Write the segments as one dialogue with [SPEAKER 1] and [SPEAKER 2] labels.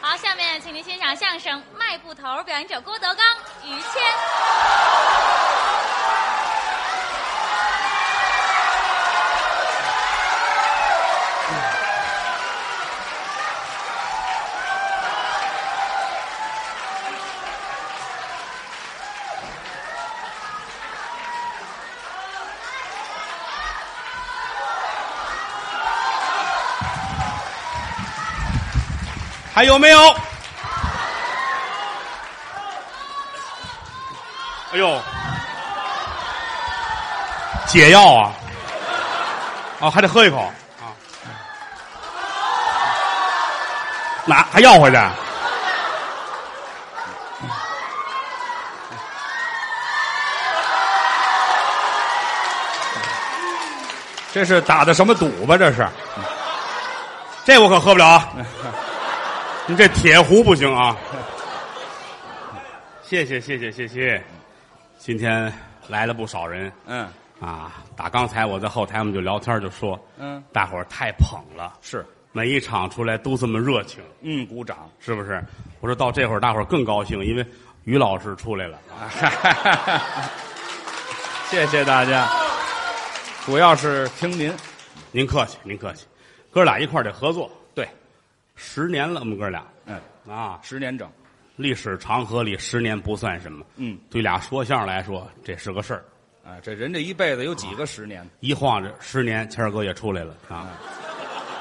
[SPEAKER 1] 好，下面请您欣赏相声《卖布头》，表演者郭德纲、于谦。
[SPEAKER 2] 还有没有？哎呦，解药啊！哦，还得喝一口啊！拿还要回去？这是打的什么赌吧？这是，这我可喝不了啊！你这铁壶不行啊！谢谢谢谢谢谢，今天来了不少人
[SPEAKER 3] 嗯
[SPEAKER 2] 啊！打刚才我在后台我们就聊天就说，
[SPEAKER 3] 嗯，
[SPEAKER 2] 大伙儿太捧了，
[SPEAKER 3] 是，
[SPEAKER 2] 每一场出来都这么热情，
[SPEAKER 3] 嗯，鼓掌。
[SPEAKER 2] 是不是？我说到这会儿大伙儿更高兴，因为于老师出来了。 啊
[SPEAKER 3] 谢谢大家，主要是听您。
[SPEAKER 2] 您客气您客气，哥俩一块儿得合作
[SPEAKER 3] 对，
[SPEAKER 2] 十年了，我们哥俩
[SPEAKER 3] 嗯，
[SPEAKER 2] 啊，
[SPEAKER 3] 十年整。
[SPEAKER 2] 历史长河里十年不算什么，
[SPEAKER 3] 嗯，
[SPEAKER 2] 对俩说相声来说这是个事儿。
[SPEAKER 3] 啊，这人这一辈子有几个十年？
[SPEAKER 2] 一晃这十年，谦儿哥也出来了啊！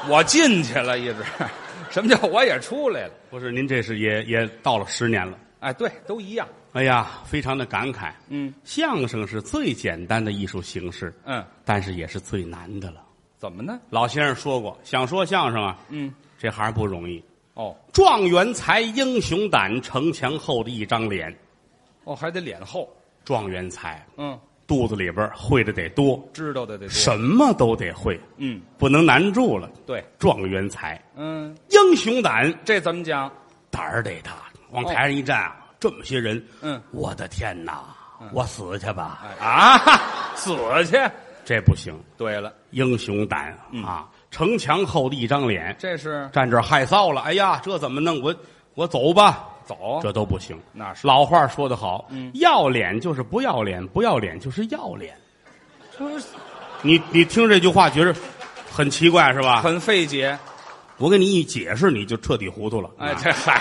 [SPEAKER 3] 我进去了，一直。 什么叫我也出来了？
[SPEAKER 2] 不是，您这是也也到了十年了。
[SPEAKER 3] 哎，对，都一样。
[SPEAKER 2] 哎呀，非常的感慨。
[SPEAKER 3] 嗯
[SPEAKER 2] 相声是最简单的艺术形式，
[SPEAKER 3] 嗯，
[SPEAKER 2] 但是也是最难的了。
[SPEAKER 3] 怎么呢？
[SPEAKER 2] 老先生说过，想说相声啊，
[SPEAKER 3] 嗯，
[SPEAKER 2] 这行不容易。
[SPEAKER 3] 哦
[SPEAKER 2] 状元才，英雄胆，城墙后的一张脸。
[SPEAKER 3] 哦，还得脸厚。
[SPEAKER 2] 状元才，
[SPEAKER 3] 嗯，
[SPEAKER 2] 肚子里边会的得多，
[SPEAKER 3] 知道的得多。
[SPEAKER 2] 什么都得会，
[SPEAKER 3] 嗯，
[SPEAKER 2] 不能难住了。
[SPEAKER 3] 对，
[SPEAKER 2] 状元才，
[SPEAKER 3] 嗯，
[SPEAKER 2] 英雄胆，
[SPEAKER 3] 这怎么讲？
[SPEAKER 2] 胆儿得大，往台上一站啊，这么些人，
[SPEAKER 3] 嗯，
[SPEAKER 2] 我的天哪，我死去吧！
[SPEAKER 3] 啊，死去。
[SPEAKER 2] 这不行，
[SPEAKER 3] 对了，
[SPEAKER 2] 英雄胆啊，城墙后的一张脸，
[SPEAKER 3] 这是
[SPEAKER 2] 站这儿害臊了，哎呀，这怎么弄？我我走吧，
[SPEAKER 3] 走。
[SPEAKER 2] 这都不行。
[SPEAKER 3] 那是
[SPEAKER 2] 老话说得好，
[SPEAKER 3] 嗯
[SPEAKER 2] 要脸就是不要脸，不要脸就是要脸。
[SPEAKER 3] 这是
[SPEAKER 2] 你你听这句话觉着很奇怪是吧？
[SPEAKER 3] 很费解。
[SPEAKER 2] 我给你一解释，你就彻底糊涂了。
[SPEAKER 3] 哎，
[SPEAKER 2] 啊
[SPEAKER 3] 这嗨，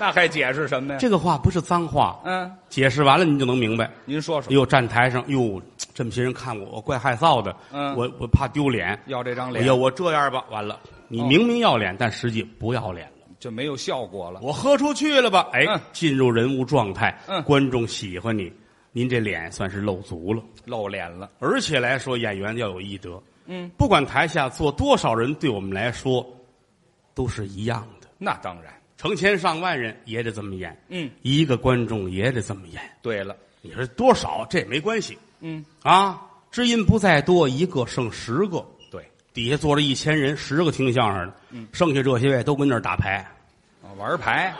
[SPEAKER 3] 那还解释什么呀？
[SPEAKER 2] 这个话不是脏话，
[SPEAKER 3] 嗯，
[SPEAKER 2] 解释完了你就能明白。
[SPEAKER 3] 您说说，
[SPEAKER 2] 哟，站台上，哟，这么些人看我，我怪害臊的。
[SPEAKER 3] 嗯
[SPEAKER 2] 我我怕丢脸。
[SPEAKER 3] 要这张
[SPEAKER 2] 哎
[SPEAKER 3] 脸
[SPEAKER 2] 呀，我这样吧，完了，你
[SPEAKER 3] 哦
[SPEAKER 2] 明明要脸，但实际不要脸了。
[SPEAKER 3] 就没有效果了。
[SPEAKER 2] 我喝出去了吧？哎，
[SPEAKER 3] 嗯
[SPEAKER 2] 进入人物状态，
[SPEAKER 3] 嗯
[SPEAKER 2] 观众喜欢你，您这脸算是露足了。
[SPEAKER 3] 露脸了。
[SPEAKER 2] 而且来说，演员要有医德，
[SPEAKER 3] 嗯，
[SPEAKER 2] 不管台下坐多少人，对我们来说都是一样的。
[SPEAKER 3] 那当然。
[SPEAKER 2] 成千上万人也得这么演，
[SPEAKER 3] 嗯，
[SPEAKER 2] 一个观众也得这么演。
[SPEAKER 3] 对了，
[SPEAKER 2] 你说多少这也没关系，
[SPEAKER 3] 嗯，
[SPEAKER 2] 啊，知音不在多，一个剩十个，
[SPEAKER 3] 对，
[SPEAKER 2] 底下坐着一千人，十个听相声的，剩下这些位都跟那儿打牌。
[SPEAKER 3] 啊玩牌。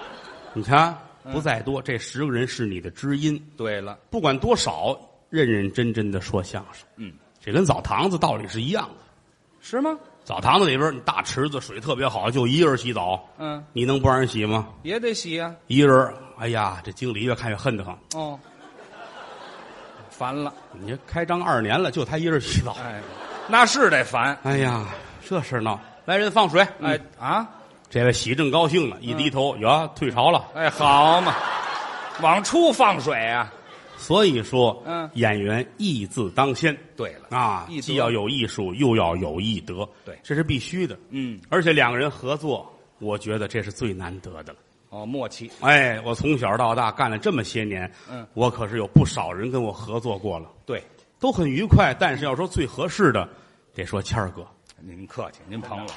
[SPEAKER 2] 你看，不在多，这十个人是你的知音，
[SPEAKER 3] 对了，
[SPEAKER 2] 不管多少，认认真真的说相声。
[SPEAKER 3] 嗯，
[SPEAKER 2] 这跟澡堂子道理是一样的。
[SPEAKER 3] 是吗？
[SPEAKER 2] 澡堂子里边，你大池子水特别好，就一个人洗澡，
[SPEAKER 3] 嗯，
[SPEAKER 2] 你能不让人洗吗？
[SPEAKER 3] 也得洗啊呀、
[SPEAKER 2] 一个人，哎呀，这经理越看越恨得慌。
[SPEAKER 3] 哦，烦了。
[SPEAKER 2] 你这开张二年了，就他一人洗澡，
[SPEAKER 3] 哎，那是得烦。
[SPEAKER 2] 哎呀，这事儿闹！来人放水！
[SPEAKER 3] 哎、
[SPEAKER 2] 嗯，
[SPEAKER 3] 啊，
[SPEAKER 2] 这位喜正高兴呢，一低头，呀、退潮了。
[SPEAKER 3] 哎，好嘛，往出放水啊。
[SPEAKER 2] 所以说，
[SPEAKER 3] 嗯
[SPEAKER 2] 演员义字当先
[SPEAKER 3] 对了
[SPEAKER 2] 啊，
[SPEAKER 3] 艺德
[SPEAKER 2] 既要有艺术，又要有艺德，
[SPEAKER 3] 对
[SPEAKER 2] 这是必须的。
[SPEAKER 3] 嗯，
[SPEAKER 2] 而且两个人合作，我觉得这是最难得的了。
[SPEAKER 3] 哦，默契。
[SPEAKER 2] 哎，我从小到大干了这么些年，
[SPEAKER 3] 嗯，
[SPEAKER 2] 我可是有不少人跟我合作过了，
[SPEAKER 3] 对，
[SPEAKER 2] 都很愉快。但是要说最合适的，得说谦儿哥，
[SPEAKER 3] 您客气，您捧我。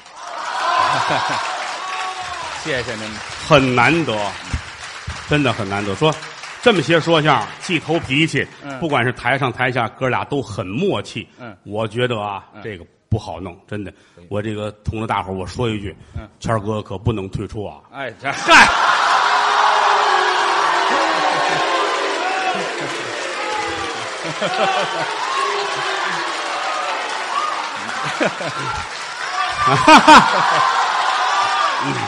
[SPEAKER 3] 谢谢您。
[SPEAKER 2] 很难得，真的很难得。说这么些说相声，既投脾气，
[SPEAKER 3] 嗯
[SPEAKER 2] 不管是台上台下，哥俩都很默契。
[SPEAKER 3] 嗯
[SPEAKER 2] 我觉得啊，这个不好弄，真的。我这个同着大伙儿我说一句，
[SPEAKER 3] 嗯
[SPEAKER 2] 谦儿哥可不能退出啊。
[SPEAKER 3] 哎，这嗨，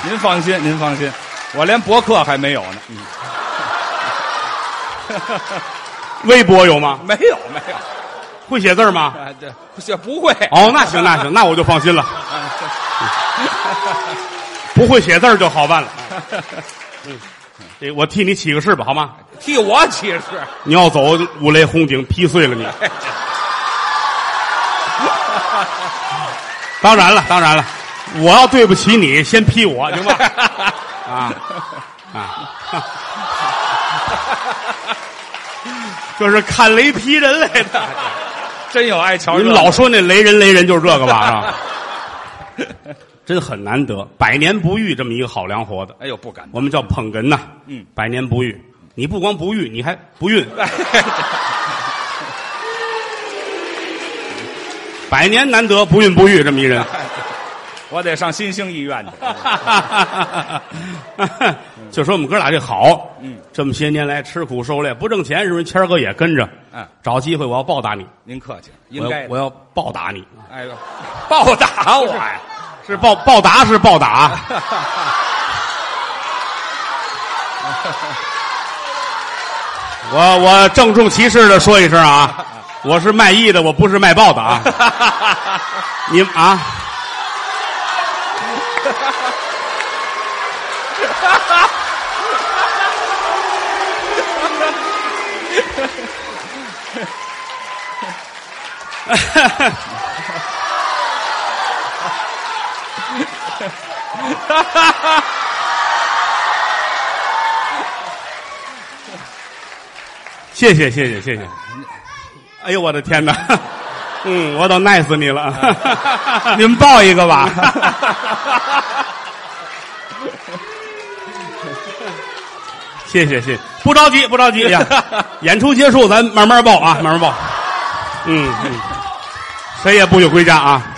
[SPEAKER 3] 您放心，您放心，
[SPEAKER 2] 我连博客还没有呢。嗯微博有吗？
[SPEAKER 3] 没有没有，
[SPEAKER 2] 会写字儿吗？
[SPEAKER 3] 啊，这不行不会。
[SPEAKER 2] 哦，那行那行，那我就放心了。不会写字儿就好办了。嗯，这我替你起个誓吧，好吗？
[SPEAKER 3] 替我起誓，
[SPEAKER 2] 你要走，五雷轰顶，劈碎了你。 当然了，当然了，我要对不起你，先劈我，行吧？啊啊！ 这是看雷劈人来的。
[SPEAKER 3] 真有爱瞧
[SPEAKER 2] 你
[SPEAKER 3] 热
[SPEAKER 2] 们
[SPEAKER 3] 闹
[SPEAKER 2] 老说那雷人雷人就是这个吧？是吧？真很难得，百年不遇这么一个好粮活的，
[SPEAKER 3] 哎呦不敢，
[SPEAKER 2] 我们叫捧哏呐。
[SPEAKER 3] 嗯，
[SPEAKER 2] 百年不遇，你不光不遇，你还不孕。百年难得不孕不育这么一人，
[SPEAKER 3] 我得上新兴医院去。
[SPEAKER 2] 就说我们哥俩这好，
[SPEAKER 3] 嗯，
[SPEAKER 2] 这么些年来吃苦受累不挣钱，是不是？谦儿哥也跟着，
[SPEAKER 3] 嗯，
[SPEAKER 2] 找机会我要报答你，
[SPEAKER 3] 您客气，应
[SPEAKER 2] 我
[SPEAKER 3] 该
[SPEAKER 2] 要
[SPEAKER 3] 的
[SPEAKER 2] 我要报答 你，
[SPEAKER 3] 哎呦，暴打我呀！
[SPEAKER 2] 是报报答是报答。 我我郑重其事的说一声啊，我是卖艺的，我不是卖报的 啊。你们啊，谢谢谢谢谢谢。哎呦我的天哪！嗯，我都耐死你了。你们抱一个吧。谢谢谢谢，不着急不着急哎呀，演出结束咱慢慢报啊，慢慢报。嗯，嗯谁也不许回家啊！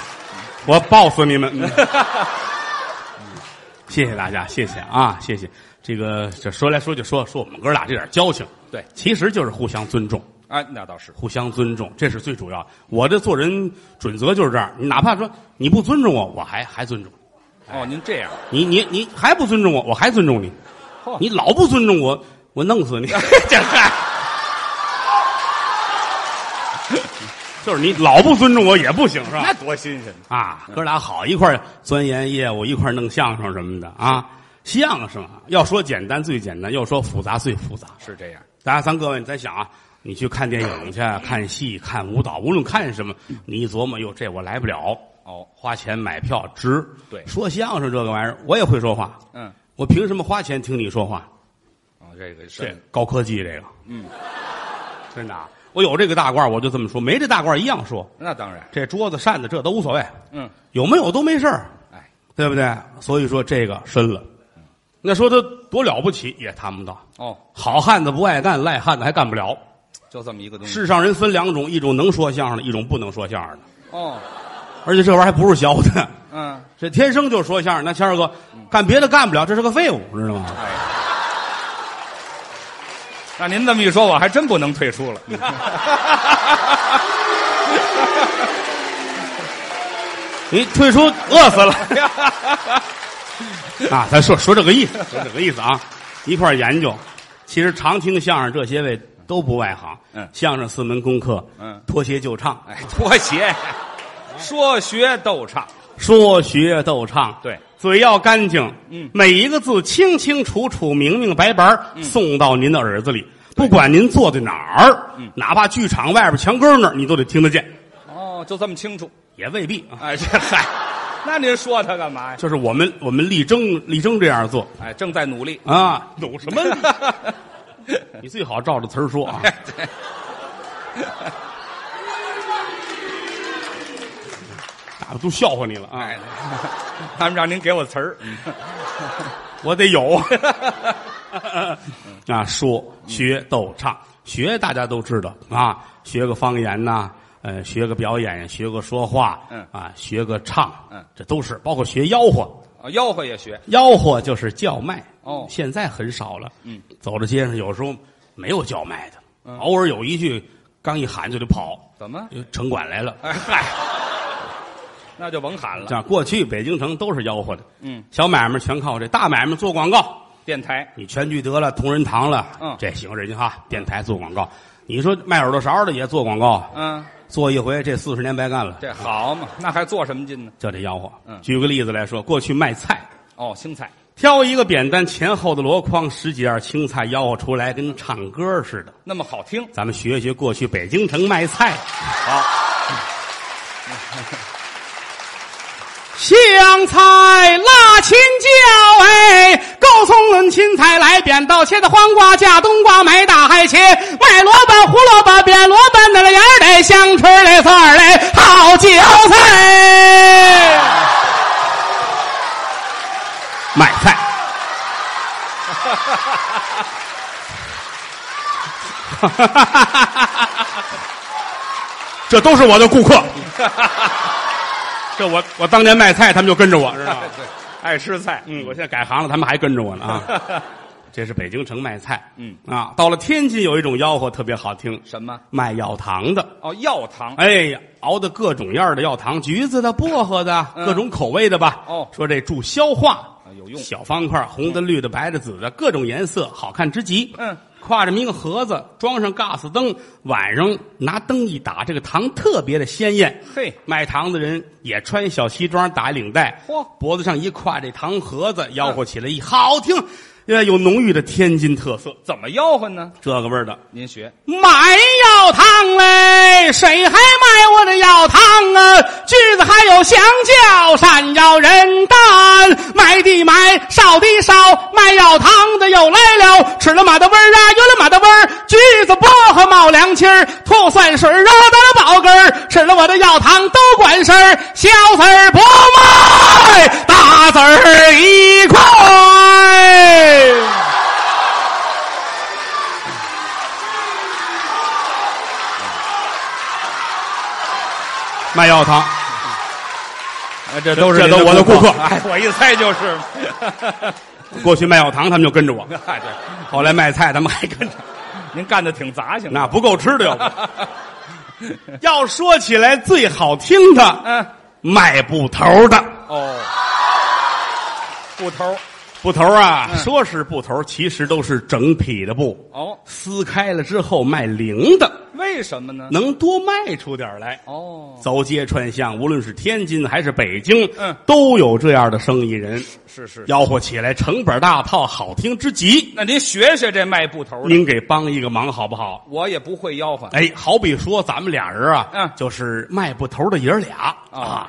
[SPEAKER 2] 我抱死你们！嗯谢谢大家，谢谢啊，谢谢。这个这说来说去说说我们哥俩这点交情，
[SPEAKER 3] 对
[SPEAKER 2] 其实就是互相尊重，
[SPEAKER 3] 啊，那倒是，
[SPEAKER 2] 互相尊重，这是最主要的。我这做人准则就是这样，你哪怕说你不尊重我，我还还尊重
[SPEAKER 3] 哦，您这样，
[SPEAKER 2] 你；你你还不尊重我，我还尊重你；
[SPEAKER 3] 嚯
[SPEAKER 2] 你老不尊重我， 我弄死你！这嗨，就是你老不尊重我也不行，是吧？
[SPEAKER 3] 那多新鲜！
[SPEAKER 2] 啊，哥俩好，一块儿钻研业务，一块儿弄相声什么的啊。相声啊要说简单最简单，要说复杂最复杂。
[SPEAKER 3] 是这样，
[SPEAKER 2] 大家，咱各位，咱想啊，你去看电影去，看戏，看舞蹈，无论看什么，你一琢磨，哟，这我来不了，
[SPEAKER 3] 哦，
[SPEAKER 2] 花钱买票值。
[SPEAKER 3] 对
[SPEAKER 2] 说相声这个玩意儿，我也会说话，
[SPEAKER 3] 嗯，
[SPEAKER 2] 我凭什么花钱听你说话？
[SPEAKER 3] 哦，这个是，
[SPEAKER 2] 高科技这个，
[SPEAKER 3] 嗯，
[SPEAKER 2] 真的啊，我有这个大褂儿，我就这么说，没这大褂儿一样说。
[SPEAKER 3] 那当然，
[SPEAKER 2] 这桌子、扇子这都无所谓，
[SPEAKER 3] 嗯，
[SPEAKER 2] 有没有都没事儿，
[SPEAKER 3] 哎，嗯
[SPEAKER 2] 对不对？所以说这个深了。那说他多了不起也谈不到，
[SPEAKER 3] 哦，
[SPEAKER 2] 好汉子不爱干，赖汉子还干不了。
[SPEAKER 3] 就这么一个东
[SPEAKER 2] 嗯
[SPEAKER 3] 西，
[SPEAKER 2] 世上人分两种，一种能说相声的，一种不能说相声的。
[SPEAKER 3] 哦，
[SPEAKER 2] 而且这玩意儿还不是学的，
[SPEAKER 3] 嗯，
[SPEAKER 2] 这天生就说相声。那谦儿哥干别的干不了，这是个废物，知道吗？
[SPEAKER 3] 哎，那您这么一说，我还真不能退出 了。
[SPEAKER 2] 你退出饿死了啊！咱说说这个意思，说这个意思啊，一块儿研究。其实常听相声这些位都不外行，
[SPEAKER 3] 嗯
[SPEAKER 2] 相声四门功课，
[SPEAKER 3] 嗯
[SPEAKER 2] 脱鞋就唱，
[SPEAKER 3] 哎，脱鞋，说学逗唱，
[SPEAKER 2] 说学逗唱，
[SPEAKER 3] 对，
[SPEAKER 2] 嘴要干净，
[SPEAKER 3] 嗯
[SPEAKER 2] 每一个字清清楚楚、明明白白儿、送到您的耳子里。不管您坐在哪儿，
[SPEAKER 3] 嗯
[SPEAKER 2] 哪怕剧场外边墙根儿那儿，你都得听得见，
[SPEAKER 3] 哦，就这么清楚。
[SPEAKER 2] 也未必啊。
[SPEAKER 3] 哎，这嗨，那您说他干嘛呀？
[SPEAKER 2] 就是我们我们力争力争这样做
[SPEAKER 3] 哎，正在努力。
[SPEAKER 2] 啊，有什么力？
[SPEAKER 3] 么？
[SPEAKER 2] 你最好照着词儿说啊。
[SPEAKER 3] 哎
[SPEAKER 2] 大伙都笑话你了啊！
[SPEAKER 3] 哎，他们让您给我词儿。嗯
[SPEAKER 2] 我得有 啊，说学逗唱，学大家都知道啊，学个方言呐、呃，学个表演，学个说话，
[SPEAKER 3] 嗯
[SPEAKER 2] 啊，学个唱，
[SPEAKER 3] 嗯
[SPEAKER 2] 这都是包括学吆喝，
[SPEAKER 3] 啊，吆喝也学。
[SPEAKER 2] 吆喝就是叫卖，
[SPEAKER 3] 哦
[SPEAKER 2] 现在很少了，
[SPEAKER 3] 嗯，
[SPEAKER 2] 走到街上有时候没有叫卖的，
[SPEAKER 3] 嗯
[SPEAKER 2] 偶尔有一句刚一喊就得跑，
[SPEAKER 3] 怎么？
[SPEAKER 2] 呃城管来了，
[SPEAKER 3] 哎嗨，那就甭喊了。
[SPEAKER 2] 这样过去北京城都是吆喝的，
[SPEAKER 3] 嗯，
[SPEAKER 2] 小买卖全靠这，大买卖做广告，
[SPEAKER 3] 电台
[SPEAKER 2] 你全聚德了，同仁堂了，
[SPEAKER 3] 嗯
[SPEAKER 2] 这行，人家哈电台做广告，你说卖耳朵勺的也做广告，
[SPEAKER 3] 嗯，
[SPEAKER 2] 做一回这四十年白干了，
[SPEAKER 3] 这好嘛，那还做什么劲呢？
[SPEAKER 2] 就得吆喝。
[SPEAKER 3] 嗯
[SPEAKER 2] 举个例子来说，过去卖菜，
[SPEAKER 3] 哦，青菜，
[SPEAKER 2] 挑一个扁担前后的箩筐，十几样青菜吆喝出来，跟唱歌似的。
[SPEAKER 3] 那么好听，
[SPEAKER 2] 咱们学学过去北京城卖菜，
[SPEAKER 3] 好，
[SPEAKER 2] 香菜、辣青椒，哎，够葱、轮芹菜来扁豆，切的黄瓜架冬瓜，买大海茄，卖萝卜、胡萝卜、扁萝卜，那个芽儿得香椿儿嘞、蒜儿嘞，好韭菜。买菜，这都是我的顾客。 这我我当年卖菜，他们就跟着我，知道吗？
[SPEAKER 3] 对，爱吃菜，
[SPEAKER 2] 嗯，我现在改行了，他们还跟着我呢 啊！这是北京城卖菜，
[SPEAKER 3] 嗯
[SPEAKER 2] 啊，到了天津有一种吆喝特别好听，
[SPEAKER 3] 什么？
[SPEAKER 2] 卖药糖的，
[SPEAKER 3] 哦，药糖，
[SPEAKER 2] 哎呀，熬的各种样的药糖，橘子的、薄荷的，
[SPEAKER 3] 嗯
[SPEAKER 2] 各种口味的吧。
[SPEAKER 3] 哦
[SPEAKER 2] 说这助消化
[SPEAKER 3] 啊有用
[SPEAKER 2] 小方块，红的、绿的、白的、紫的，各种颜色，好看之极。
[SPEAKER 3] 嗯，
[SPEAKER 2] 挎这么一个盒子，装上 gas 灯，晚上拿灯一打，这个糖特别的鲜艳。
[SPEAKER 3] 嘿，
[SPEAKER 2] 哎卖糖的人也穿小西装，打领带，
[SPEAKER 3] 嚯
[SPEAKER 2] 脖子上一挎这糖盒子，吆喝起来一好听，呃，有浓郁的天津特色，
[SPEAKER 3] 怎么吆喝呢？
[SPEAKER 2] 这个味儿的。
[SPEAKER 3] 您学，
[SPEAKER 2] 买药糖嘞，谁还卖我的药糖啊？橘子还有香蕉，山药、人蛋，买的买，少的少，卖药糖的又来了，吃了马的味儿啊，有了马的味儿，橘子、薄荷、冒凉气儿，吐酸水儿啊，打了饱嗝儿，吃了我的药糖都管事儿，小字儿不卖，大字儿一块。卖药糖。
[SPEAKER 3] 哎，这
[SPEAKER 2] 啊都是您的顾客
[SPEAKER 3] 哎，我一猜就是，
[SPEAKER 2] 过去卖药糖，他们就跟着我；
[SPEAKER 3] 哎，对，
[SPEAKER 2] 后来卖菜，他们还跟着。
[SPEAKER 3] 您干的挺杂啊性的，
[SPEAKER 2] 那不够吃的要 不。要说起来最好听的，
[SPEAKER 3] 嗯，
[SPEAKER 2] 卖布头的
[SPEAKER 3] 哦，布头儿，
[SPEAKER 2] 布头啊，
[SPEAKER 3] 嗯
[SPEAKER 2] 说是布头，其实都是整匹的布，
[SPEAKER 3] 哦，
[SPEAKER 2] 撕开了之后卖零的，
[SPEAKER 3] 为什么呢？
[SPEAKER 2] 能多卖出点来。
[SPEAKER 3] 哦，
[SPEAKER 2] 走街串巷，无论是天津还是北京，
[SPEAKER 3] 嗯
[SPEAKER 2] 都有这样的生意人，
[SPEAKER 3] 是是，
[SPEAKER 2] 吆喝起来成本大套，好听之极。
[SPEAKER 3] 那您学学这卖布头儿的，
[SPEAKER 2] 您给帮一个忙好不好？
[SPEAKER 3] 我也不会吆喝，
[SPEAKER 2] 哎，好比说咱们俩人啊，
[SPEAKER 3] 嗯
[SPEAKER 2] 就是卖布头的爷儿俩
[SPEAKER 3] 啊。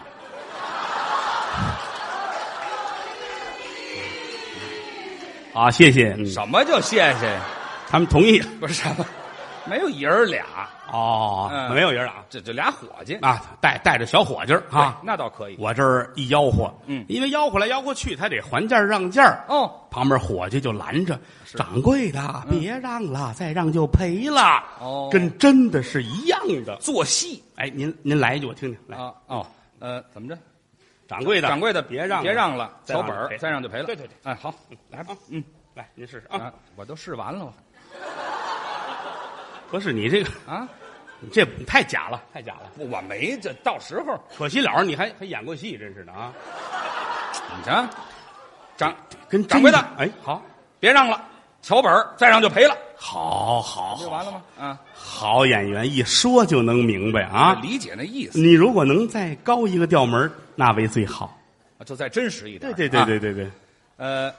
[SPEAKER 2] 啊，谢谢，嗯
[SPEAKER 3] 什么叫谢谢？
[SPEAKER 2] 他们同意
[SPEAKER 3] 不是什么，没有爷儿俩，
[SPEAKER 2] 哦，
[SPEAKER 3] 嗯
[SPEAKER 2] 没有爷儿俩
[SPEAKER 3] 这这俩伙计
[SPEAKER 2] 啊，带带着小伙计儿啊
[SPEAKER 3] 对，那倒可以。
[SPEAKER 2] 我这儿一吆喝，
[SPEAKER 3] 嗯
[SPEAKER 2] 因为吆喝来吆喝去，他得还价让价儿
[SPEAKER 3] 哦
[SPEAKER 2] 旁边伙计就拦着，掌柜的，别让了，再让就赔了。
[SPEAKER 3] 嗯哦
[SPEAKER 2] 跟真的是一样的。
[SPEAKER 3] 做戏
[SPEAKER 2] 哎，您您来一句，我听听。来，
[SPEAKER 3] 啊哦，呃，怎么着？
[SPEAKER 2] 掌柜的，
[SPEAKER 3] 掌柜的，
[SPEAKER 2] 别让，
[SPEAKER 3] 别让了，
[SPEAKER 2] 再
[SPEAKER 3] 小
[SPEAKER 2] 让
[SPEAKER 3] 本
[SPEAKER 2] 赔
[SPEAKER 3] 儿再让就赔了。
[SPEAKER 2] 对对对，
[SPEAKER 3] 哎，好，来吧
[SPEAKER 2] 啊，
[SPEAKER 3] 嗯，
[SPEAKER 2] 来，您试试啊。
[SPEAKER 3] 啊，我都试完了
[SPEAKER 2] 不是你这个，
[SPEAKER 3] 啊，
[SPEAKER 2] 你这太假了，太假了。
[SPEAKER 3] 我我没这到时候，
[SPEAKER 2] 可惜了，你还还演过戏，真是的啊。
[SPEAKER 3] 你瞧，掌
[SPEAKER 2] 跟真
[SPEAKER 3] 掌柜的
[SPEAKER 2] 哎，好，
[SPEAKER 3] 别让了，小本儿再让就赔了，
[SPEAKER 2] 好，好，
[SPEAKER 3] 不就
[SPEAKER 2] 好，
[SPEAKER 3] 完了吗？啊，
[SPEAKER 2] 好演员一说就能明白啊。
[SPEAKER 3] 理解那意思，
[SPEAKER 2] 你如果能再高一个调门儿，那为最好。
[SPEAKER 3] 就再真实一点。啊，
[SPEAKER 2] 对对，
[SPEAKER 3] 呃，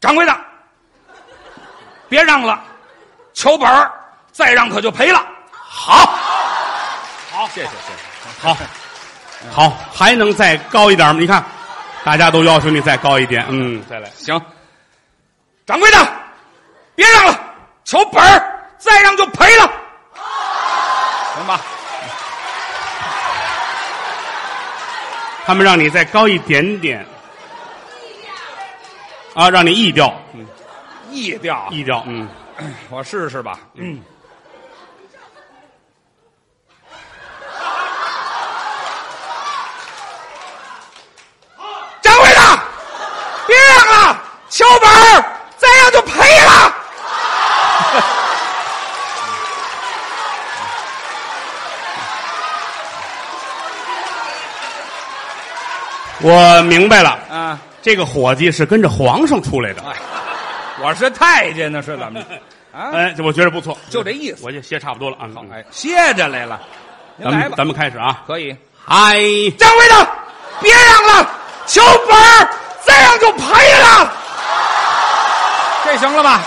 [SPEAKER 3] 掌柜的，别让了，小本儿再让可就赔了。
[SPEAKER 2] 好。
[SPEAKER 3] 好，谢谢谢谢。
[SPEAKER 2] 啊好，好，还能再高一点吗？你看，大家都要求你再高一点。嗯，再来，
[SPEAKER 3] 行，掌柜的，别让了，小本儿再让就赔了，行吧？
[SPEAKER 2] 他们让你再高一点点，啊，让你一调，嗯
[SPEAKER 3] 意调，
[SPEAKER 2] 一调，嗯，
[SPEAKER 3] 我试试吧。嗯，掌柜的，别让了，小本儿再让就赔了。
[SPEAKER 2] 我明白了，
[SPEAKER 3] 啊，啊
[SPEAKER 2] 这个伙计是跟着皇上出来的，
[SPEAKER 3] 哎，我是太监呢，是怎么着？啊，
[SPEAKER 2] 哎，这我觉得不错，
[SPEAKER 3] 就这意思。
[SPEAKER 2] 我就歇差不多了啊。嗯，
[SPEAKER 3] 哎，歇着来了，您
[SPEAKER 2] 咱
[SPEAKER 3] 来
[SPEAKER 2] 们
[SPEAKER 3] 吧，
[SPEAKER 2] 咱们开始啊。
[SPEAKER 3] 可以。
[SPEAKER 2] 嗨，
[SPEAKER 3] 掌柜的，别让了，求本儿，再让就赔了。这行了吧？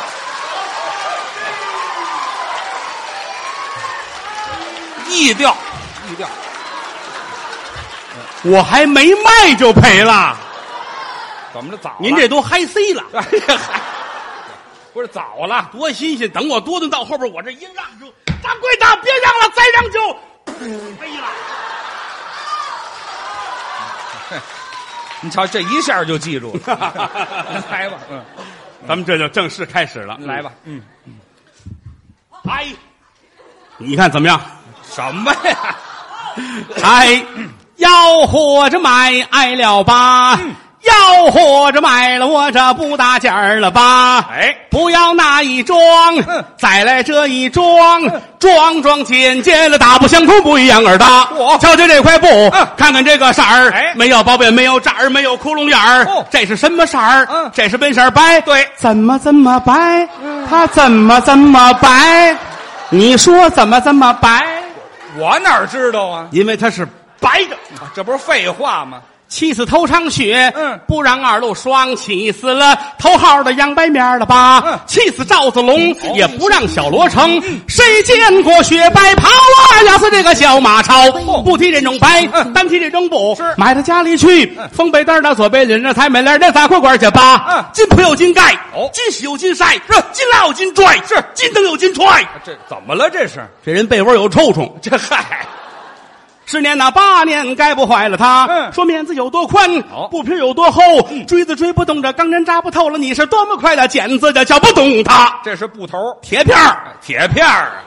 [SPEAKER 2] 意调，
[SPEAKER 3] 低调，
[SPEAKER 2] 我还没卖就赔了，
[SPEAKER 3] 怎么着早了？
[SPEAKER 2] 您这都嗨 C 了，
[SPEAKER 3] 啊哎呀，嗨 不是早了？
[SPEAKER 2] 多新鲜！等我多顿到后边，我这一让就，掌柜的别让了，再让就赔了。
[SPEAKER 3] 你瞧这一下就记住了。 来吧，嗯，
[SPEAKER 2] 咱们这就正式开始了，
[SPEAKER 3] 来吧，嗯，
[SPEAKER 2] 嗨，嗯你看怎么样？
[SPEAKER 3] 什么呀？
[SPEAKER 2] 哎，吆喝着买，挨了吧。吆喝着买了，我这不搭价儿了吧？
[SPEAKER 3] 哎
[SPEAKER 2] 不要那一桩，
[SPEAKER 3] 嗯
[SPEAKER 2] 再来这一桩，桩桩件件了，大不相同，不一样儿大。
[SPEAKER 3] 嚯
[SPEAKER 2] 瞧瞧这块布，
[SPEAKER 3] 嗯
[SPEAKER 2] 看看这个色儿，
[SPEAKER 3] 哎
[SPEAKER 2] 没有包边，没有褶儿，没有窟窿眼儿，
[SPEAKER 3] 哦
[SPEAKER 2] 这是什么色儿？
[SPEAKER 3] 嗯
[SPEAKER 2] 这是本色儿白。
[SPEAKER 3] 对嗯
[SPEAKER 2] 怎么这么白？它怎么这么白？你说怎么这么白？
[SPEAKER 3] 我哪儿知道啊？
[SPEAKER 2] 因为它是白的。
[SPEAKER 3] 这不是废话吗？
[SPEAKER 2] 妻子头上雪，
[SPEAKER 3] 嗯
[SPEAKER 2] 不让二路双起死了，头号的杨白面了吧？
[SPEAKER 3] 嗯
[SPEAKER 2] 气死赵子龙，也不让小罗成。谁见过雪白袍啊？压死这个小马超，不提这种白，
[SPEAKER 3] 哦嗯
[SPEAKER 2] 单提这种布，
[SPEAKER 3] 是
[SPEAKER 2] 买到家里去，风被单儿那左被人那才美来那大裤管去吧。
[SPEAKER 3] 嗯
[SPEAKER 2] 金铺有金盖，
[SPEAKER 3] 哦
[SPEAKER 2] 金洗有金晒，是金拉有金拽，是金灯有金踹。
[SPEAKER 3] 啊这怎么了？这是？
[SPEAKER 2] 这人被窝有臭虫，
[SPEAKER 3] 这嗨，
[SPEAKER 2] 十年呐，八年该不坏了他。
[SPEAKER 3] 嗯
[SPEAKER 2] 说面子有多宽
[SPEAKER 3] 好，嗯
[SPEAKER 2] 布皮有多厚，锥子锥不动这钢针扎不透了。你是多么快的剪子，这叫不懂它。
[SPEAKER 3] 这是布头
[SPEAKER 2] 铁片儿，
[SPEAKER 3] 哎铁片儿啊，嗯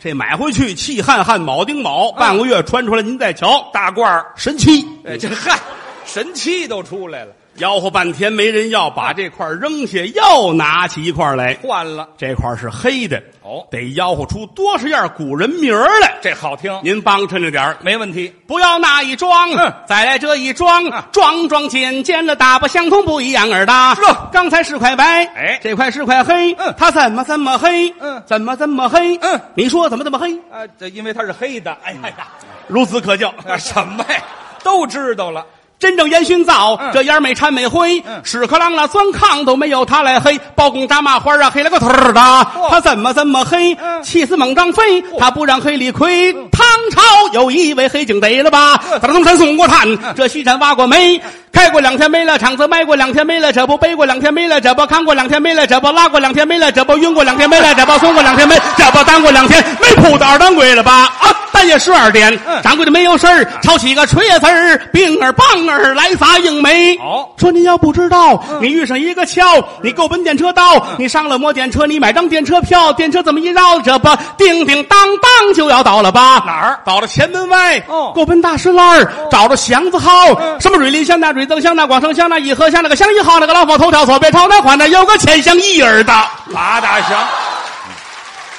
[SPEAKER 2] 这买回去气焊焊铆钉铆，半个月穿出来您再瞧，
[SPEAKER 3] 大褂儿。
[SPEAKER 2] 神七。
[SPEAKER 3] 哎，这嗨，神器都出来了，
[SPEAKER 2] 吆喝半天没人要，把这块儿扔下，又拿起一块儿来。
[SPEAKER 3] 换了，
[SPEAKER 2] 这块儿是黑的，
[SPEAKER 3] 哦
[SPEAKER 2] 得吆喝出多少样古人名儿来。
[SPEAKER 3] 这好听，
[SPEAKER 2] 您帮衬着点儿，
[SPEAKER 3] 没问题。
[SPEAKER 2] 不要那一桩，
[SPEAKER 3] 嗯
[SPEAKER 2] 再来这一桩，桩桩件件了，大不相同，不一样儿大。
[SPEAKER 3] 是啊
[SPEAKER 2] 刚才是块白，
[SPEAKER 3] 哎
[SPEAKER 2] 这块是块黑，
[SPEAKER 3] 嗯
[SPEAKER 2] 它怎么这么黑？
[SPEAKER 3] 嗯
[SPEAKER 2] 怎么这么黑？
[SPEAKER 3] 嗯，
[SPEAKER 2] 你说怎么这么黑？
[SPEAKER 3] 啊，这因为它是黑的。哎呀呀，
[SPEAKER 2] 孺子可教。
[SPEAKER 3] 啊什么呀，都知道了。
[SPEAKER 2] 真正烟熏灶，
[SPEAKER 3] 嗯
[SPEAKER 2] 这烟儿没掺没灰，
[SPEAKER 3] 嗯
[SPEAKER 2] 屎壳郎了钻炕都没有它来黑，包公扎麻花啊黑了个腿儿的，它怎么这么黑？
[SPEAKER 3] 哦嗯哦
[SPEAKER 2] 气死猛张飞，他不让黑里亏。唐朝有一位黑警逮了吧，
[SPEAKER 3] 嗯
[SPEAKER 2] 他从山送过炭，这西山挖过煤，开过两天没了厂子，卖过两天没了这不，背过两天没了这不，扛过两天没了这不，拉过两天没了这不，晕过两天没了这不，松过两天没这不，当过两天没铺的二当归了吧？啊，半夜十二点，
[SPEAKER 3] 嗯
[SPEAKER 2] 掌柜的没有事儿，抄起个锤子儿，冰儿棒儿来砸硬煤。
[SPEAKER 3] 好
[SPEAKER 2] 说您要不知道，你遇上一个跷，你够本电车道，你上了摩电车，你买张电车票，电车这么一绕着吧，叮叮当当就要到了吧？
[SPEAKER 3] 哪儿
[SPEAKER 2] 到了前门外。
[SPEAKER 3] 哦
[SPEAKER 2] 够奔大石栏儿，找着祥子号，
[SPEAKER 3] 嗯
[SPEAKER 2] 什么水林香、那水灯香、那广城香、那颐和香、那个香一号、那个老鸨头条左边朝南款的，有个浅香一儿的。
[SPEAKER 3] 马啊大祥，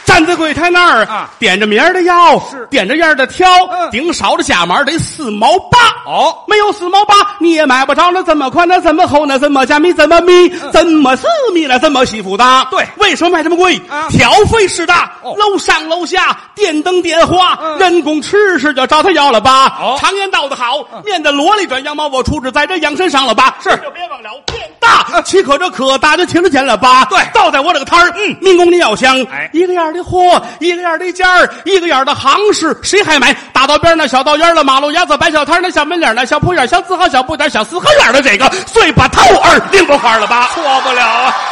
[SPEAKER 2] 站在柜台那儿
[SPEAKER 3] 啊
[SPEAKER 2] 点着名儿的要，
[SPEAKER 3] 是
[SPEAKER 2] 点着样儿的挑，
[SPEAKER 3] 嗯
[SPEAKER 2] 顶勺的价码得四毛八。
[SPEAKER 3] 哦，
[SPEAKER 2] 没有四毛八，你也买不着了。怎么宽呢？怎么厚呢？怎么加密？怎么密？怎么四密了？怎么西服大？
[SPEAKER 3] 嗯对
[SPEAKER 2] 为什么卖这么贵？
[SPEAKER 3] 啊
[SPEAKER 2] 调费是大，
[SPEAKER 3] 哦
[SPEAKER 2] 楼上楼下电灯电话，
[SPEAKER 3] 嗯
[SPEAKER 2] 人工吃食就找他要了吧。
[SPEAKER 3] 哦嗯
[SPEAKER 2] 常言道得好，面的萝里转，羊毛我出只在这羊身上了吧？
[SPEAKER 3] 是嗯
[SPEAKER 2] 就别忘了变大，岂可这可大就停着钱了吧？
[SPEAKER 3] 对
[SPEAKER 2] 倒在我这个摊儿，嗯，民工你要香，
[SPEAKER 3] 哎
[SPEAKER 2] 一个样儿的货，一个样儿的价儿，一个样儿的行市，谁还买？大道边儿那小道沿儿了，马路牙子摆小摊儿那小门脸儿那小铺眼儿小字号小布点儿小四合院儿的这个碎把头儿拧不花了吧？
[SPEAKER 3] 错不了啊。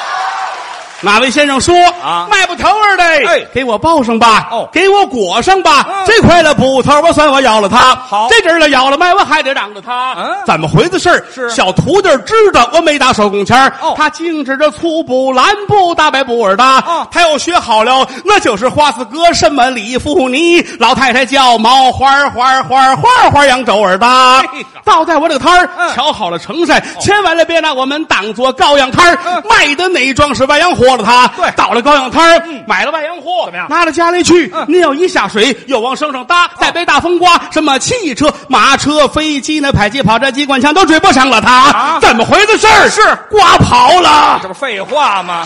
[SPEAKER 2] 哪位先生说
[SPEAKER 3] 啊
[SPEAKER 2] 卖不头儿的，
[SPEAKER 3] 哎
[SPEAKER 2] 给我报上吧，
[SPEAKER 3] 哦
[SPEAKER 2] 给我裹上吧，
[SPEAKER 3] 嗯
[SPEAKER 2] 这块了补头儿，我算我咬了它，
[SPEAKER 3] 好
[SPEAKER 2] 这阵儿了咬了卖，我还得让着它，
[SPEAKER 3] 嗯
[SPEAKER 2] 怎么回的事儿？
[SPEAKER 3] 是啊
[SPEAKER 2] 小徒弟儿知道我没打手工钱儿
[SPEAKER 3] 哦
[SPEAKER 2] 他净指着粗布、蓝布、大白布耳的，
[SPEAKER 3] 哦
[SPEAKER 2] 他要学好了，那就是花四哥什么李富尼，老太太叫毛花儿花儿花儿花儿花儿扬州耳的
[SPEAKER 3] 嘿哎呀，
[SPEAKER 2] 倒在我这个摊儿，
[SPEAKER 3] 嗯
[SPEAKER 2] 瞧好了成色，千万了别拿我们当做羔羊摊儿
[SPEAKER 3] 嗯，
[SPEAKER 2] 卖的哪桩是外洋货了他？
[SPEAKER 3] 对嗯
[SPEAKER 2] 到了羔羊摊儿，买了外洋货，
[SPEAKER 3] 怎么样
[SPEAKER 2] 拿到家里去
[SPEAKER 3] 嗯，
[SPEAKER 2] 您要一下水，又往身上搭，再背大风刮，什么汽车、马车、飞机、那迫击炮、这机关枪都追不上了他
[SPEAKER 3] 啊。
[SPEAKER 2] 怎么回的事儿？
[SPEAKER 3] 是
[SPEAKER 2] 刮跑了
[SPEAKER 3] 这。不废话吗？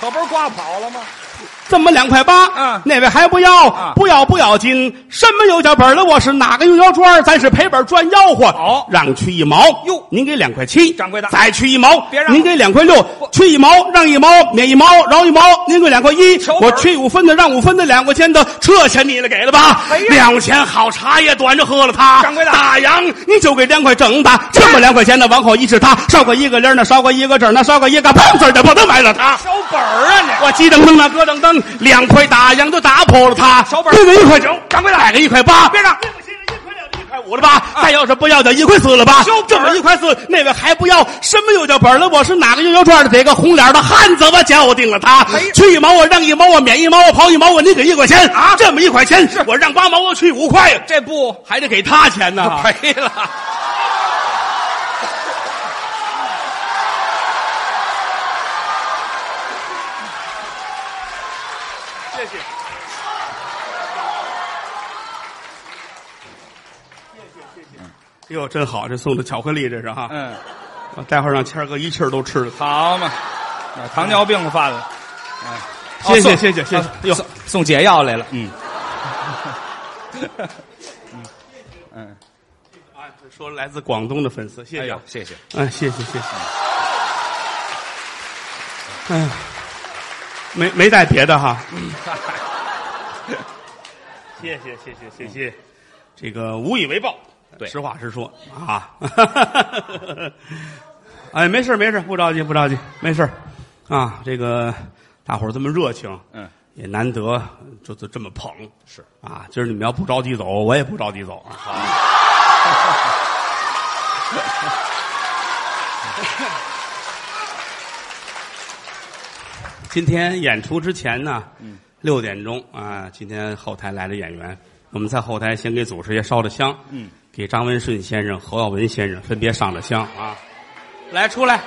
[SPEAKER 3] 可不是挂跑了吗？
[SPEAKER 2] 这么两块八，
[SPEAKER 3] 嗯
[SPEAKER 2] 那位还不要，
[SPEAKER 3] 啊
[SPEAKER 2] 不要不要紧，什么有脚本的，我是哪个有腰砖，咱是赔本赚吆喝。
[SPEAKER 3] 好
[SPEAKER 2] 让去一毛，
[SPEAKER 3] 哟
[SPEAKER 2] 您给两块七，
[SPEAKER 3] 掌柜的
[SPEAKER 2] 再去一毛，
[SPEAKER 3] 别让
[SPEAKER 2] 您给两块六，去一毛让一毛，免一毛饶一毛，您给两块一
[SPEAKER 3] 求，本
[SPEAKER 2] 我去五分的让五分的，两块钱的这钱你了给了吧
[SPEAKER 3] 哎呀，
[SPEAKER 2] 两钱好茶叶短着喝了它，
[SPEAKER 3] 掌柜的
[SPEAKER 2] 大洋你就给两块整的，这么两块钱的往后一是它，少个一个零儿呢，少个一个整儿呢，少个一个棒子儿的，不能买了它。
[SPEAKER 3] 烧本儿啊
[SPEAKER 2] 我鸡噔噔啊，咯噔噔，两块大洋就打破了它。
[SPEAKER 3] 手本
[SPEAKER 2] 那个一块九，
[SPEAKER 3] 掌柜的
[SPEAKER 2] 来个一块八，
[SPEAKER 3] 你！别让，
[SPEAKER 2] 一块五了吧？再要是不要就一块四了吧？
[SPEAKER 3] 手本
[SPEAKER 2] 这么一块四，那位还不要？什么又叫本了？我是哪个又要转的？这个红脸的汉子，我叫定了他
[SPEAKER 3] 哎呀。
[SPEAKER 2] 去一毛我让一毛，我免一毛，我刨一毛，我你给一块钱啊！这么一块钱，我让八毛，我去五块，哎
[SPEAKER 3] 这不
[SPEAKER 2] 还得给他钱 呢。
[SPEAKER 3] 赔了。谢谢。
[SPEAKER 2] 哎呦，真好，这送的巧克力这是哈。
[SPEAKER 3] 嗯，
[SPEAKER 2] 我待会儿让谦儿哥一气儿都吃了。
[SPEAKER 3] 好嘛，啊糖尿病犯了。哎，
[SPEAKER 2] 谢谢
[SPEAKER 3] 哦
[SPEAKER 2] 谢谢谢谢
[SPEAKER 3] 啊
[SPEAKER 2] 哟
[SPEAKER 3] 送送解药来了。嗯，
[SPEAKER 2] 啊，说来自广东的粉丝，谢谢
[SPEAKER 3] 哎
[SPEAKER 2] 啊。
[SPEAKER 3] 呦，谢谢。
[SPEAKER 2] 哎，谢谢谢谢。哎呀，没没带别的哈。谢谢谢谢谢谢，这个无以为报，
[SPEAKER 3] 对
[SPEAKER 2] 实话实说啊。 哎，没事儿没事儿，不着急不着急，没事儿啊。这个大伙儿这么热情，
[SPEAKER 3] 嗯，
[SPEAKER 2] 也难得就就这么捧
[SPEAKER 3] 是
[SPEAKER 2] 啊。今儿你们要不着急走，我也不着急走啊。 今天演出之前呢，
[SPEAKER 3] 嗯
[SPEAKER 2] 六点钟啊，今天后台来的演员，我们在后台先给祖师爷烧的香，
[SPEAKER 3] 嗯，
[SPEAKER 2] 给张文顺先生、侯耀文先生分别上了香啊。来，出来。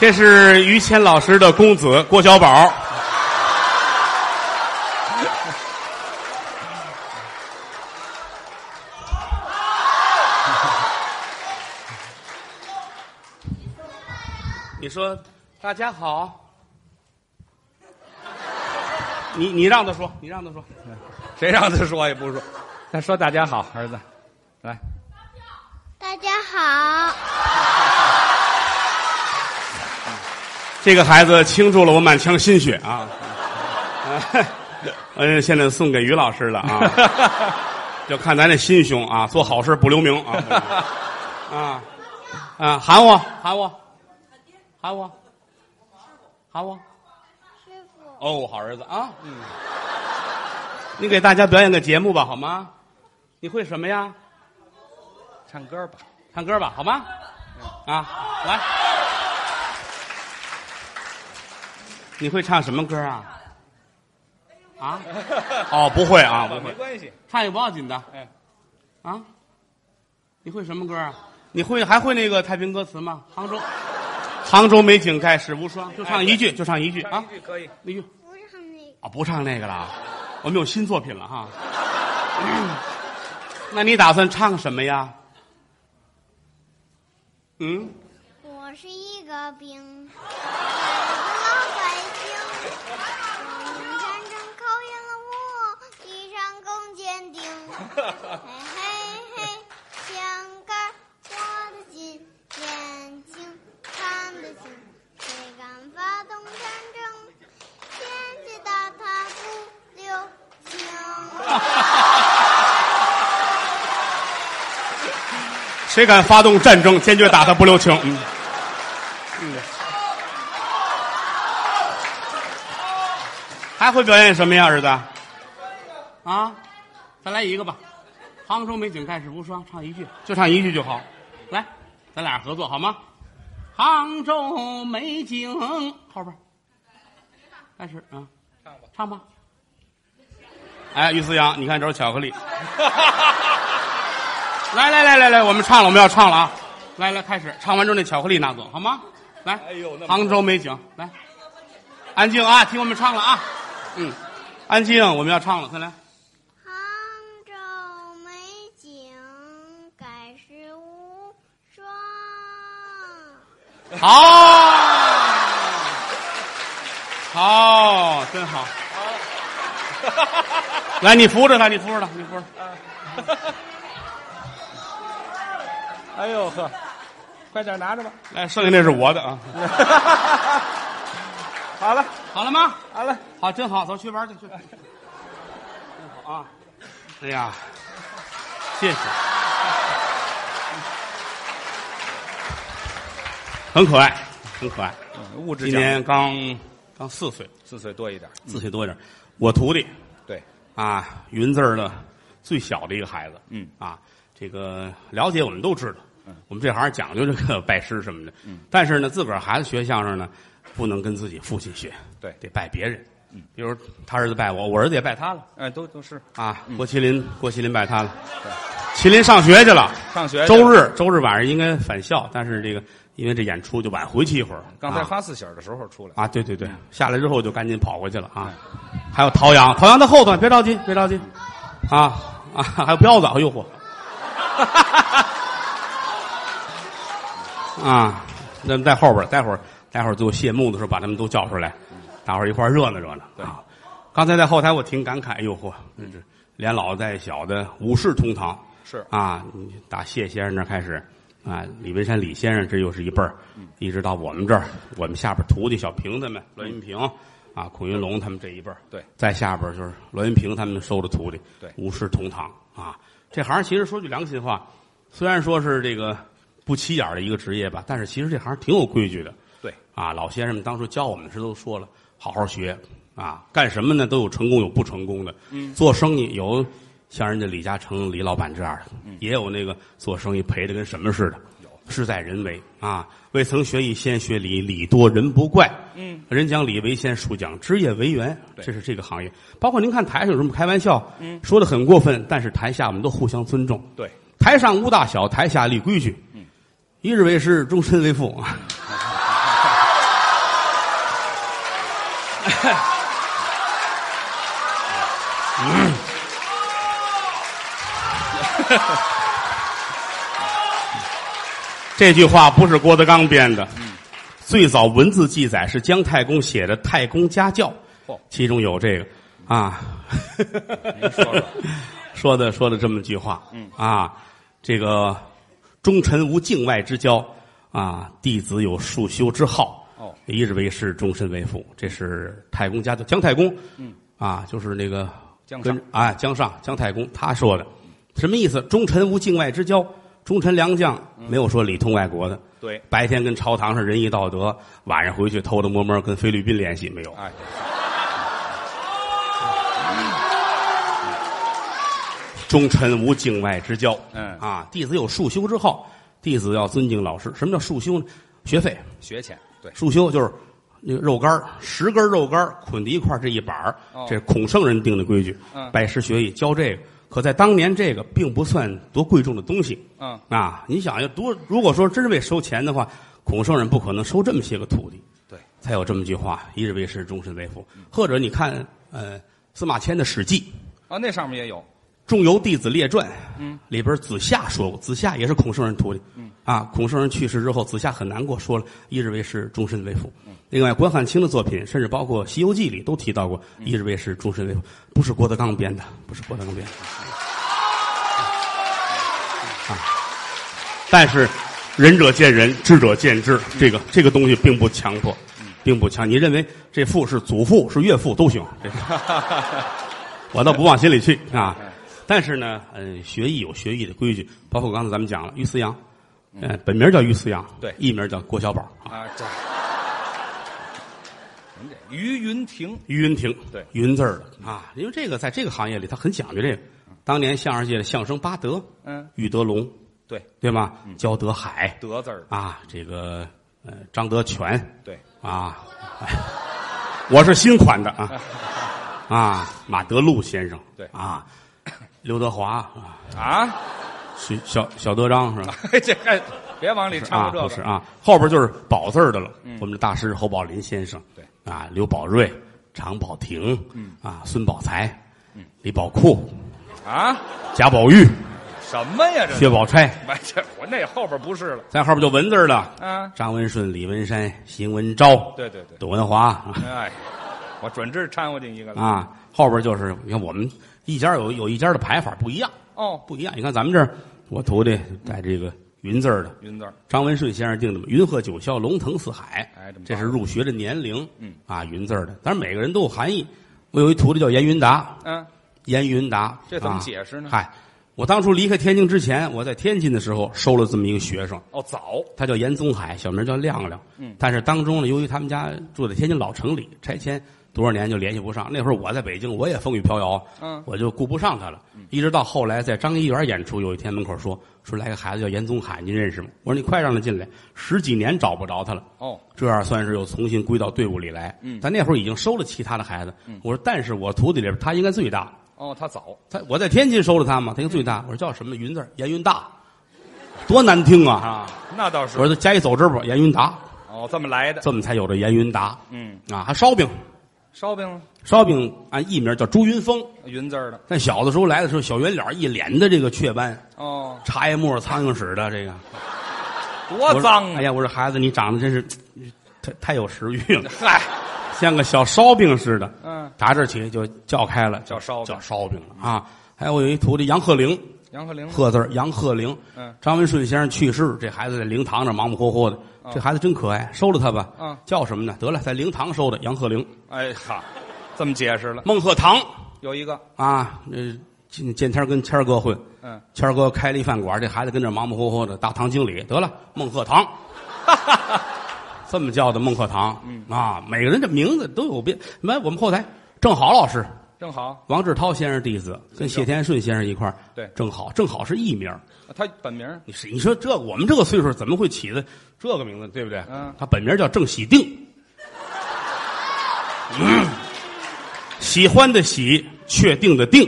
[SPEAKER 2] 这是于谦老师的公子郭小宝。 你说大家好，你你让他说，你让他说，
[SPEAKER 3] 谁让他说也不说，他说大家好，儿子，来，
[SPEAKER 4] 大家好，
[SPEAKER 2] 这个孩子倾注了我满腔心血啊！ 嗯，现在送给于老师了 啊，就看咱这心胸啊，做好事不留名啊 啊啊！喊我喊我喊我喊我
[SPEAKER 4] 师傅，
[SPEAKER 2] 哦，好儿子啊，嗯，你给大家表演个节目吧，好吗？你会什么呀？
[SPEAKER 3] 唱歌吧。
[SPEAKER 2] 唱歌吧，好吗？啊，来，你会唱什么歌啊？啊？哦，不会啊，不
[SPEAKER 3] 没
[SPEAKER 2] 会，
[SPEAKER 3] 关系，
[SPEAKER 2] 唱也不要紧的。
[SPEAKER 3] 哎，
[SPEAKER 2] 啊，你会什么歌啊？你会还会那个太平歌词吗？杭州，杭州美景盖世无双，就唱一句，就唱一句啊
[SPEAKER 3] 啊，，可 以。
[SPEAKER 2] 那句
[SPEAKER 4] 不是那
[SPEAKER 2] 啊，不唱那个了，我们有新作品了哈。 那你打算唱什么呀？嗯。
[SPEAKER 4] 我是一个兵，我是老百姓，我们战争考验了我，地上更坚定。嘿嘿嘿，香杆儿我的心，眼睛看得清，谁敢发动战争，天界大踏不留情。
[SPEAKER 2] 谁敢发动战争，坚决打他不留情。嗯，还会表演什么呀，儿子？啊，咱来一个吧，《杭州美景盖世无双》，唱一句，就唱一句就好。来，咱俩合作好吗？杭州美景后边，开始啊，
[SPEAKER 3] 唱吧，
[SPEAKER 2] 唱吧。哎，于思阳，你看这是巧克力。来来来来来，我们唱了，我们要唱了啊！来来，开始，唱完之后那巧克力拿走好吗？来，
[SPEAKER 3] 哎呦那么
[SPEAKER 2] 杭州美景，来，安静啊，听我们唱了啊，嗯，安静，我们要唱了，快来！
[SPEAKER 4] 杭州美景盖世无双。
[SPEAKER 2] 好，好，真好。来，你扶着他，你扶着他，你扶着。
[SPEAKER 3] 哎呦呵，快点拿着 吧。
[SPEAKER 2] 来，剩下那是我的啊。
[SPEAKER 3] 好了，
[SPEAKER 2] 好了吗？
[SPEAKER 3] 好了，
[SPEAKER 2] 好，真好，走去玩去去。真好啊！哎呀，谢谢。很可爱，很可爱。
[SPEAKER 3] 嗯物质
[SPEAKER 2] 今
[SPEAKER 3] 奖励
[SPEAKER 2] 年刚刚四岁，
[SPEAKER 3] 四岁多一点，
[SPEAKER 2] 四岁多一点。我徒弟
[SPEAKER 3] 对，
[SPEAKER 2] 啊，云字儿的最小的一个孩子，
[SPEAKER 3] 嗯
[SPEAKER 2] 啊，这个了解我们都知道，我们这行讲究这个拜师什么的，嗯，但是呢，自个儿孩子学相声呢，不能跟自己父亲学，
[SPEAKER 3] 对
[SPEAKER 2] 得拜别人，嗯，比如他儿子拜我，我儿子也拜他了
[SPEAKER 3] 哎，都都是
[SPEAKER 2] 啊，郭麒麟，郭麒麟拜他了，麒麟上学去了，
[SPEAKER 3] 上学去了
[SPEAKER 2] 周日周日晚上应该返校，但是这个因为这演出就晚回去一会儿，
[SPEAKER 3] 刚才
[SPEAKER 2] 啊
[SPEAKER 3] 发四喜儿的时候出来。
[SPEAKER 2] 啊，对对对，下来之后就赶紧跑回去了啊。还有陶阳，陶阳在后头，别着急，别着急，啊啊， 还有彪子，哎呦嚯， 啊，那么在后边儿，待会儿待会儿最后谢幕的时候把他们都叫出来，大伙儿一块儿热闹热闹啊。刚才在后台我挺感慨，哎呦嚯，这是连老带小的五世同堂，
[SPEAKER 3] 是
[SPEAKER 2] 啊，你打谢先生那儿开始，啊，李文山李先生这又是一辈儿，
[SPEAKER 3] 嗯
[SPEAKER 2] 一直到我们这儿，我们下边徒弟小平他们，栾云平啊，孔云龙他们这一辈儿，
[SPEAKER 3] 嗯对
[SPEAKER 2] 再下边就是栾云平他们收的徒弟，
[SPEAKER 3] 对
[SPEAKER 2] 五世同堂啊。这行其实说句良心话，虽然说是这个不起眼儿的一个职业吧，但是其实这行挺有规矩的。
[SPEAKER 3] 对，
[SPEAKER 2] 啊，老先生们当初教我们的时候都说了，好好学啊，干什么呢都有成功有不成功的。嗯，做生意有像人家李嘉诚李老板这样的，也有那个做生意赔的跟什么似的。事在人为啊！未曾学艺先学礼，礼多人不怪。嗯，人讲礼为先，树讲枝叶为源，
[SPEAKER 3] 对
[SPEAKER 2] 这是这个行业。包括您看台上有什么开玩笑，嗯，说的很过分，但是台下我们都互相尊重。
[SPEAKER 3] 对，
[SPEAKER 2] 台上无大小，台下立规矩。嗯，一日为师，终身为父啊。 这句话不是郭德纲编的，
[SPEAKER 3] 嗯
[SPEAKER 2] 最早文字记载是姜太公写的《太公家教》
[SPEAKER 3] 嚯，
[SPEAKER 2] 其中有这个啊，
[SPEAKER 3] 哦您说说
[SPEAKER 2] 说的说的这么句话，嗯啊，这个忠臣无境外之交啊，弟子有束修之好，
[SPEAKER 3] 哦
[SPEAKER 2] 一日为师，终身为父，这是太公家教，姜太公，嗯啊，就是那个
[SPEAKER 3] 姜
[SPEAKER 2] 跟
[SPEAKER 3] 尚
[SPEAKER 2] 啊姜尚姜太公他说的，什么意思？忠臣无境外之交，忠臣良将
[SPEAKER 3] 嗯
[SPEAKER 2] 没有说里通外国的。
[SPEAKER 3] 对，
[SPEAKER 2] 白天跟朝堂上仁义道德，晚上回去偷偷摸摸跟菲律宾联系没有？
[SPEAKER 3] 哎，
[SPEAKER 2] 忠臣无境外之交。
[SPEAKER 3] 嗯
[SPEAKER 2] 啊，弟子有束修之好，弟子要尊敬老师。什么叫束修呢？学费。
[SPEAKER 3] 学浅，对，
[SPEAKER 2] 束修就是那个肉干儿十根肉干儿捆在一块儿，这一板儿
[SPEAKER 3] 哦
[SPEAKER 2] 这是孔圣人定的规矩。
[SPEAKER 3] 嗯
[SPEAKER 2] 拜师学艺教这个，可在当年这个并不算多贵重的东西。
[SPEAKER 3] 嗯，
[SPEAKER 2] 啊，你想要多，如果说真是为收钱的话，孔圣人不可能收这么些个徒弟。
[SPEAKER 3] 对，
[SPEAKER 2] 才有这么句话：“一日为师，终身为父。”或者你看，呃，司马迁的《史记》《
[SPEAKER 3] 哦，那上面也 有，
[SPEAKER 2] 仲由弟子列传》嗯，里边子夏说过，子夏也是孔圣人徒弟。嗯，啊，孔圣人去世之后，子夏很难过，说了“一日为师，终身为父”另外，关汉卿的作品，甚至包括《西游记》里都提到过“一日为师，终身为父”，不是郭德纲编的，不是郭德纲编的。啊但是仁者见仁，智者见智，这个这个东西并不强迫，并不强。你认为这父是祖父是岳父都行，这个我倒不往心里 去
[SPEAKER 3] 哎
[SPEAKER 2] 啊。但是呢，嗯，学艺有学艺的规矩，包括刚才咱们讲了于思洋，呃，本名叫于思洋，
[SPEAKER 3] 嗯对
[SPEAKER 2] 艺名叫郭小宝，
[SPEAKER 3] 啊，这，您这于云亭，
[SPEAKER 2] 于云亭，
[SPEAKER 3] 对
[SPEAKER 2] 云字儿的啊，因为这个在这个行业里，他很讲究这个。当年相声界的相声八德，
[SPEAKER 3] 嗯，
[SPEAKER 2] 俞德龙，
[SPEAKER 3] 对，
[SPEAKER 2] 对吗？
[SPEAKER 3] 嗯
[SPEAKER 2] 焦德海
[SPEAKER 3] 德字儿，
[SPEAKER 2] 啊，这个呃张德全，
[SPEAKER 3] 对，
[SPEAKER 2] 啊， 哎我是新款的 啊啊，马德禄先生
[SPEAKER 3] 对
[SPEAKER 2] 啊，刘德华啊，
[SPEAKER 3] 啊，
[SPEAKER 2] 小小小德章是吧？
[SPEAKER 3] 这还别往里掺
[SPEAKER 2] 啊，
[SPEAKER 3] 和
[SPEAKER 2] 不
[SPEAKER 3] 这
[SPEAKER 2] 是
[SPEAKER 3] 个，嗯
[SPEAKER 2] 啊，后边就是宝字儿的了。我们的大师侯宝林先生，
[SPEAKER 3] 对嗯
[SPEAKER 2] 啊，刘宝瑞常宝霆，啊，孙宝才，李宝库，
[SPEAKER 3] 啊，
[SPEAKER 2] 贾宝玉，
[SPEAKER 3] 什么呀这？
[SPEAKER 2] 薛宝钗，
[SPEAKER 3] 哎，这我那后边不是了
[SPEAKER 2] 在后边就文字了。
[SPEAKER 3] 啊！
[SPEAKER 2] 张文顺、李文山、邢文昭、
[SPEAKER 3] 对对对，
[SPEAKER 2] 窦文华啊
[SPEAKER 3] 哎，我准是掺和进一个了。
[SPEAKER 2] 啊，后边就是你看我们一家有有一家的排法不一样，
[SPEAKER 3] 哦，
[SPEAKER 2] 不一样。你看咱们这儿，我徒弟带这个云字儿的，
[SPEAKER 3] 云字儿
[SPEAKER 2] 张文顺先生定的嘛“云鹤九霄，龙腾四海”，
[SPEAKER 3] 哎这么棒
[SPEAKER 2] 这是入学的年龄。
[SPEAKER 3] 嗯
[SPEAKER 2] 啊，云字儿的，当然每个人都有含义。我有一徒弟叫严云达，
[SPEAKER 3] 嗯，
[SPEAKER 2] 严云达，
[SPEAKER 3] 这怎么
[SPEAKER 2] 啊
[SPEAKER 3] 解释呢
[SPEAKER 2] 嗨、我当初离开天津之前，我在天津的时候收了这么一个学生，
[SPEAKER 3] 哦，早，
[SPEAKER 2] 他叫严宗海，小名叫亮亮。
[SPEAKER 3] 嗯
[SPEAKER 2] 但是当中呢，由于他们家住在天津老城里，拆迁多少年就联系不上。那会儿我在北京，我也风雨飘摇，
[SPEAKER 3] 嗯
[SPEAKER 2] 我就顾不上他了。一直到后来在张一元演出，有一天门口说说来个孩子叫严宗海，您认识吗？我说你快让他进来，十几年找不着他了。
[SPEAKER 3] 哦，
[SPEAKER 2] 这样算是又重新归到队伍里来。
[SPEAKER 3] 嗯
[SPEAKER 2] 但那会儿已经收了其他的孩子。我说，但是我徒弟里边他应该最大。
[SPEAKER 3] 哦，他早，
[SPEAKER 2] 他我在天津收了他嘛，他应该最大。
[SPEAKER 3] 嗯
[SPEAKER 2] 我说叫什么云字儿严云大，多难听啊！啊
[SPEAKER 3] 那倒是
[SPEAKER 2] 我。说加一走之吧，严云达，
[SPEAKER 3] 哦，这么来的。
[SPEAKER 2] 这么才有这严云达
[SPEAKER 3] 嗯，
[SPEAKER 2] 啊。还烧饼，
[SPEAKER 3] 烧饼
[SPEAKER 2] 烧饼按艺名叫朱云峰，
[SPEAKER 3] 云字儿的。
[SPEAKER 2] 但小的时候来的时候，小圆脸儿一脸的这个雀斑，
[SPEAKER 3] 哦，
[SPEAKER 2] 茶叶沫儿苍蝇屎的这个，我
[SPEAKER 3] 多
[SPEAKER 2] 说
[SPEAKER 3] 脏
[SPEAKER 2] 哎
[SPEAKER 3] 啊！
[SPEAKER 2] 呀，我说孩子，你长得真是太太有食欲了，
[SPEAKER 3] 嗨，
[SPEAKER 2] 像个小烧饼似的。
[SPEAKER 3] 嗯，
[SPEAKER 2] 打这儿起就叫开了，
[SPEAKER 3] 叫烧饼
[SPEAKER 2] 叫烧饼了啊。还有我有一徒弟杨鹤龄，
[SPEAKER 3] 杨鹤龄。
[SPEAKER 2] 鹤字儿杨鹤龄，
[SPEAKER 3] 嗯，
[SPEAKER 2] 张文顺先生去世，这孩子在灵堂上忙忙活活的，这孩子真可爱，收了他吧。
[SPEAKER 3] 嗯
[SPEAKER 2] 叫什么呢？得了，在灵堂收的杨鹤龄，
[SPEAKER 3] 哎哈，这么解释了。
[SPEAKER 2] 孟鹤堂
[SPEAKER 3] 有一个，
[SPEAKER 2] 啊，呃，见见天儿跟谦儿哥混，
[SPEAKER 3] 嗯，
[SPEAKER 2] 谦儿哥开了一饭馆，这孩子跟这儿忙忙活活的，大堂经理得了，孟鹤 堂。这么叫的孟鹤堂，嗯啊，每个人这名字都有变。来，我们后台正好老师，
[SPEAKER 3] 正好
[SPEAKER 2] 王志涛先生弟子跟谢天顺先生一块儿，
[SPEAKER 3] 对
[SPEAKER 2] 正好正好是艺名儿。
[SPEAKER 3] 他本名儿
[SPEAKER 2] 你是你说这我们这个岁数怎么会起的这个名字，对不对？
[SPEAKER 3] 嗯
[SPEAKER 2] 他本名叫郑喜定， 嗯喜欢的喜，确定的定。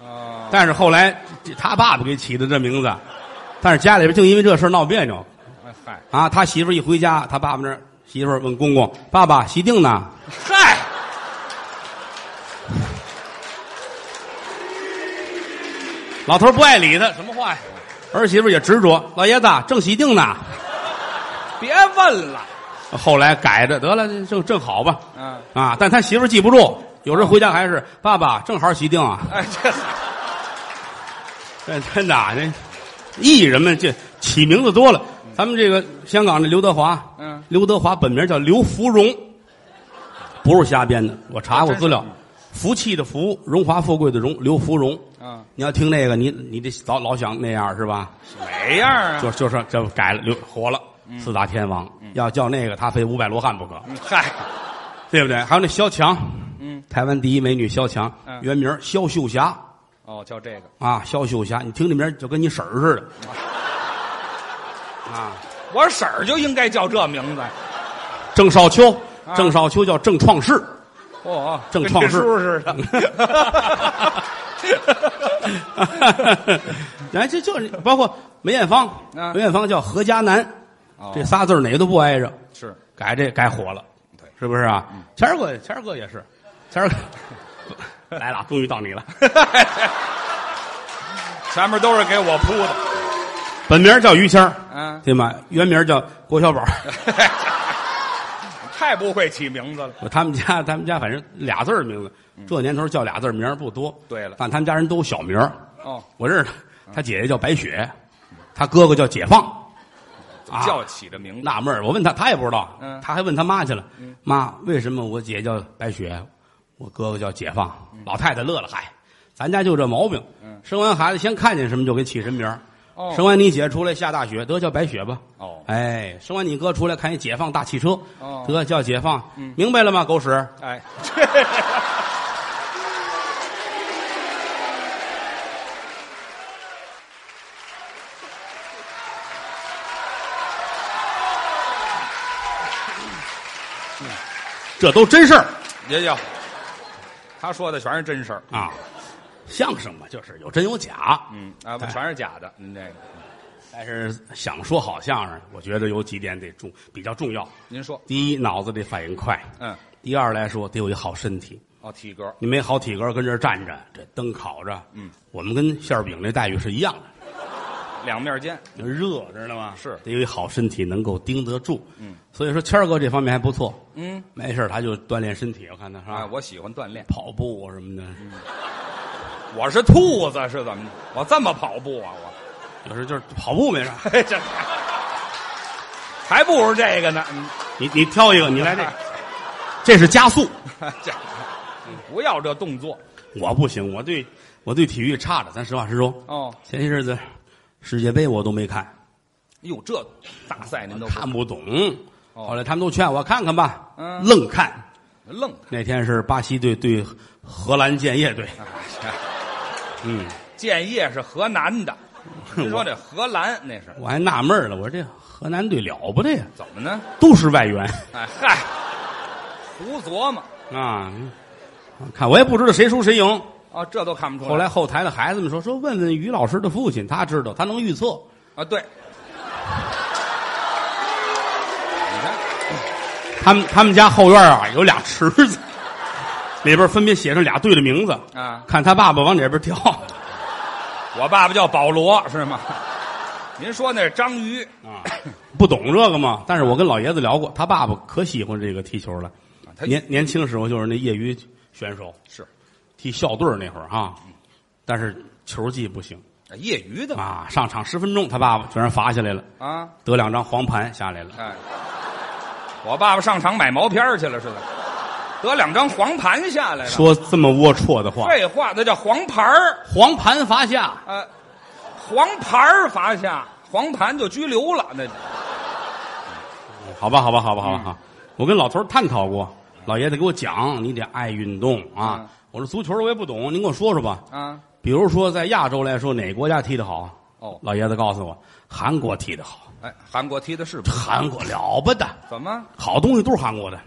[SPEAKER 3] 啊，
[SPEAKER 2] 但是后来这他爸爸给起的这名字，但是家里边就因为这事儿闹别扭
[SPEAKER 3] 哎嗨
[SPEAKER 2] 啊。他媳妇儿一回家，他爸爸那儿媳妇儿问公公：“爸爸，喜定呢？”
[SPEAKER 3] 嗨，
[SPEAKER 2] 老头儿不爱理他，什么话呀？儿媳妇儿也执着，老爷子正喜定呢。
[SPEAKER 3] 别问了。
[SPEAKER 2] 后来改着得了，正正好吧。
[SPEAKER 3] 嗯，
[SPEAKER 2] 啊，但他媳妇儿记不住，有时候回家还是爸爸正好喜定啊，
[SPEAKER 3] 哎这嗨
[SPEAKER 2] 真真的啊，那艺人们这起名字多了。咱们这个香港的刘德华，
[SPEAKER 3] 嗯
[SPEAKER 2] 刘德华本名叫刘福荣，不是瞎编的，我查过资料
[SPEAKER 3] 啊真，
[SPEAKER 2] 福气的福，荣华富贵的荣，刘福荣。
[SPEAKER 3] 嗯，
[SPEAKER 2] 你要听那个，你你得早老想那样是吧？
[SPEAKER 3] 哪样啊？
[SPEAKER 2] 就就是这改了，刘活了，四大天王。要叫那个，他非五百罗汉不可。
[SPEAKER 3] 嗯嗨，
[SPEAKER 2] 对不对？还有那萧强，
[SPEAKER 3] 嗯，
[SPEAKER 2] 台湾第一美女萧强，
[SPEAKER 3] 嗯
[SPEAKER 2] 原名萧秀霞
[SPEAKER 3] 哦，叫这个。
[SPEAKER 2] 啊，萧秀霞，你听这名儿就跟你婶儿似 的，啊，
[SPEAKER 3] 我婶儿就应该叫这名字。
[SPEAKER 2] 郑少秋，
[SPEAKER 3] 啊
[SPEAKER 2] 郑少秋叫郑创世，
[SPEAKER 3] 哦，
[SPEAKER 2] 郑创世
[SPEAKER 3] 跟这叔似 的。
[SPEAKER 2] 哎，这就是包括梅艳芳，
[SPEAKER 3] 啊
[SPEAKER 2] 梅艳芳叫何家南，
[SPEAKER 3] 哦
[SPEAKER 2] 这仨字儿哪个都不挨着，
[SPEAKER 3] 是
[SPEAKER 2] 改这改火了，
[SPEAKER 3] 对嗯
[SPEAKER 2] 是不是啊？谦儿哥，谦儿哥也是，谦儿哥 来了，终于到你了，
[SPEAKER 3] 前面都是给我铺 的。
[SPEAKER 2] 本名叫于谦儿，
[SPEAKER 3] 嗯，
[SPEAKER 2] 对吗？原名叫郭小宝。
[SPEAKER 3] 太不会起名字了。
[SPEAKER 2] 我 他们家他们家反正俩字儿名字，这年头叫俩字儿名儿不多。
[SPEAKER 3] 嗯对了
[SPEAKER 2] 但他们家人都有小名儿
[SPEAKER 3] 哦，
[SPEAKER 2] 我认识他，他姐姐叫白雪，他哥哥叫解放。啊
[SPEAKER 3] 叫起的名字。
[SPEAKER 2] 纳闷儿，我问他，他也不知道，
[SPEAKER 3] 嗯
[SPEAKER 2] 他还问他妈去了。妈，为什么我姐叫白雪，我哥哥叫解放？
[SPEAKER 3] 嗯
[SPEAKER 2] 老太太乐了，嗨，咱家就这毛病。生完孩子先看见什么就给起什么名儿。
[SPEAKER 3] 哦
[SPEAKER 2] 生完你姐出来下大雪，得叫白雪吧。
[SPEAKER 3] 哦
[SPEAKER 2] 哎，生完你哥出来看一解放大汽车，
[SPEAKER 3] 哦嗯
[SPEAKER 2] 得叫解放。明白了吗？狗屎！
[SPEAKER 3] 哎，
[SPEAKER 2] 这都真事儿
[SPEAKER 3] 也叫。他说的全是真事儿，
[SPEAKER 2] 啊。相声嘛，就是有真有假。
[SPEAKER 3] 嗯啊，不
[SPEAKER 2] 哎
[SPEAKER 3] 全是假的。您这个，
[SPEAKER 2] 但是想说好相声，我觉得有几点得重比较重要。
[SPEAKER 3] 您说，
[SPEAKER 2] 第一，脑子得反应快。
[SPEAKER 3] 嗯，
[SPEAKER 2] 第二来说得有一好身体，
[SPEAKER 3] 哦，体格
[SPEAKER 2] 你没好体格跟这儿站着，这灯烤着，
[SPEAKER 3] 嗯，
[SPEAKER 2] 我们跟馅儿饼那待遇是一样的，
[SPEAKER 3] 两面尖，
[SPEAKER 2] 热知道吗？
[SPEAKER 3] 是
[SPEAKER 2] 得有一好身体能够盯得住，
[SPEAKER 3] 嗯，
[SPEAKER 2] 所以说谦儿哥这方面还不错，
[SPEAKER 3] 嗯，
[SPEAKER 2] 没事儿他就锻炼身体，我看他是吧
[SPEAKER 3] 哎，我喜欢锻炼。
[SPEAKER 2] 跑步啊什么的，
[SPEAKER 3] 我是兔子是怎么的？我这么跑步啊？我
[SPEAKER 2] 有时候就是跑步没啥，
[SPEAKER 3] 嘿这还不如这个呢。嗯
[SPEAKER 2] 你你挑一个，你来这个，这是加速，
[SPEAKER 3] 这不要这动作
[SPEAKER 2] 我不行，我对我对体育差的，咱实话实说，
[SPEAKER 3] 哦。
[SPEAKER 2] 前些日子世界杯我都没看，
[SPEAKER 3] 哟，这大赛您都不
[SPEAKER 2] 看不懂。
[SPEAKER 3] 哦
[SPEAKER 2] 后来他们都劝我看看吧，
[SPEAKER 3] 嗯
[SPEAKER 2] 愣看。
[SPEAKER 3] 愣
[SPEAKER 2] 那天是巴西队对荷兰建业队，
[SPEAKER 3] 看。哎
[SPEAKER 2] 嗯，
[SPEAKER 3] 建业是河 南的，您说这荷兰那是
[SPEAKER 2] 我还纳闷儿了，我说这荷兰队了不得呀，
[SPEAKER 3] 怎么呢？
[SPEAKER 2] 都是外援
[SPEAKER 3] 哎嗨，胡琢磨
[SPEAKER 2] 啊！看我也不知道谁输谁赢。
[SPEAKER 3] 啊，这都看不出
[SPEAKER 2] 后来后台的孩子们说说问问于老师的父亲，他知道，他能预测。
[SPEAKER 3] 啊，对，你看。
[SPEAKER 2] 他们他们家后院啊有俩池子，里边分别写上俩队的名字
[SPEAKER 3] 啊
[SPEAKER 2] 看他爸爸往哪边跳
[SPEAKER 3] 我爸爸叫保罗是吗？您说那是章鱼
[SPEAKER 2] 啊，不懂这个嘛。但是我跟老爷子聊过，他爸爸可喜欢这个踢球了。
[SPEAKER 3] 啊他
[SPEAKER 2] 年年轻时候就是那业余选手，
[SPEAKER 3] 是
[SPEAKER 2] 踢校队儿那会儿啊，但是球技不行
[SPEAKER 3] 啊业余的
[SPEAKER 2] 啊，上场十分钟，他爸爸全让罚下来了，
[SPEAKER 3] 啊？
[SPEAKER 2] 得两张黄盘下来了。
[SPEAKER 3] 哎，我爸爸上场买毛片儿去了似的，得两张黄盘下来了。
[SPEAKER 2] 说这么龌龊的话，
[SPEAKER 3] 废话，那叫黄牌儿
[SPEAKER 2] 黄盘罚下，
[SPEAKER 3] 啊，黄牌儿罚下，黄盘就拘留了。那嗯
[SPEAKER 2] 好吧，好吧，好吧，好吧，好。我跟老头儿探讨过，老爷子给我讲，你得爱运动啊
[SPEAKER 3] 嗯。
[SPEAKER 2] 我说足球我也不懂，您给我说说吧。
[SPEAKER 3] 啊，
[SPEAKER 2] 比如说在亚洲来说，哪个国家踢得好？
[SPEAKER 3] 哦，
[SPEAKER 2] 老爷子告诉我，韩国踢得好，
[SPEAKER 3] 哎，韩国踢的是不
[SPEAKER 2] 韩国了不得，
[SPEAKER 3] 怎么
[SPEAKER 2] 好东西都是韩国的。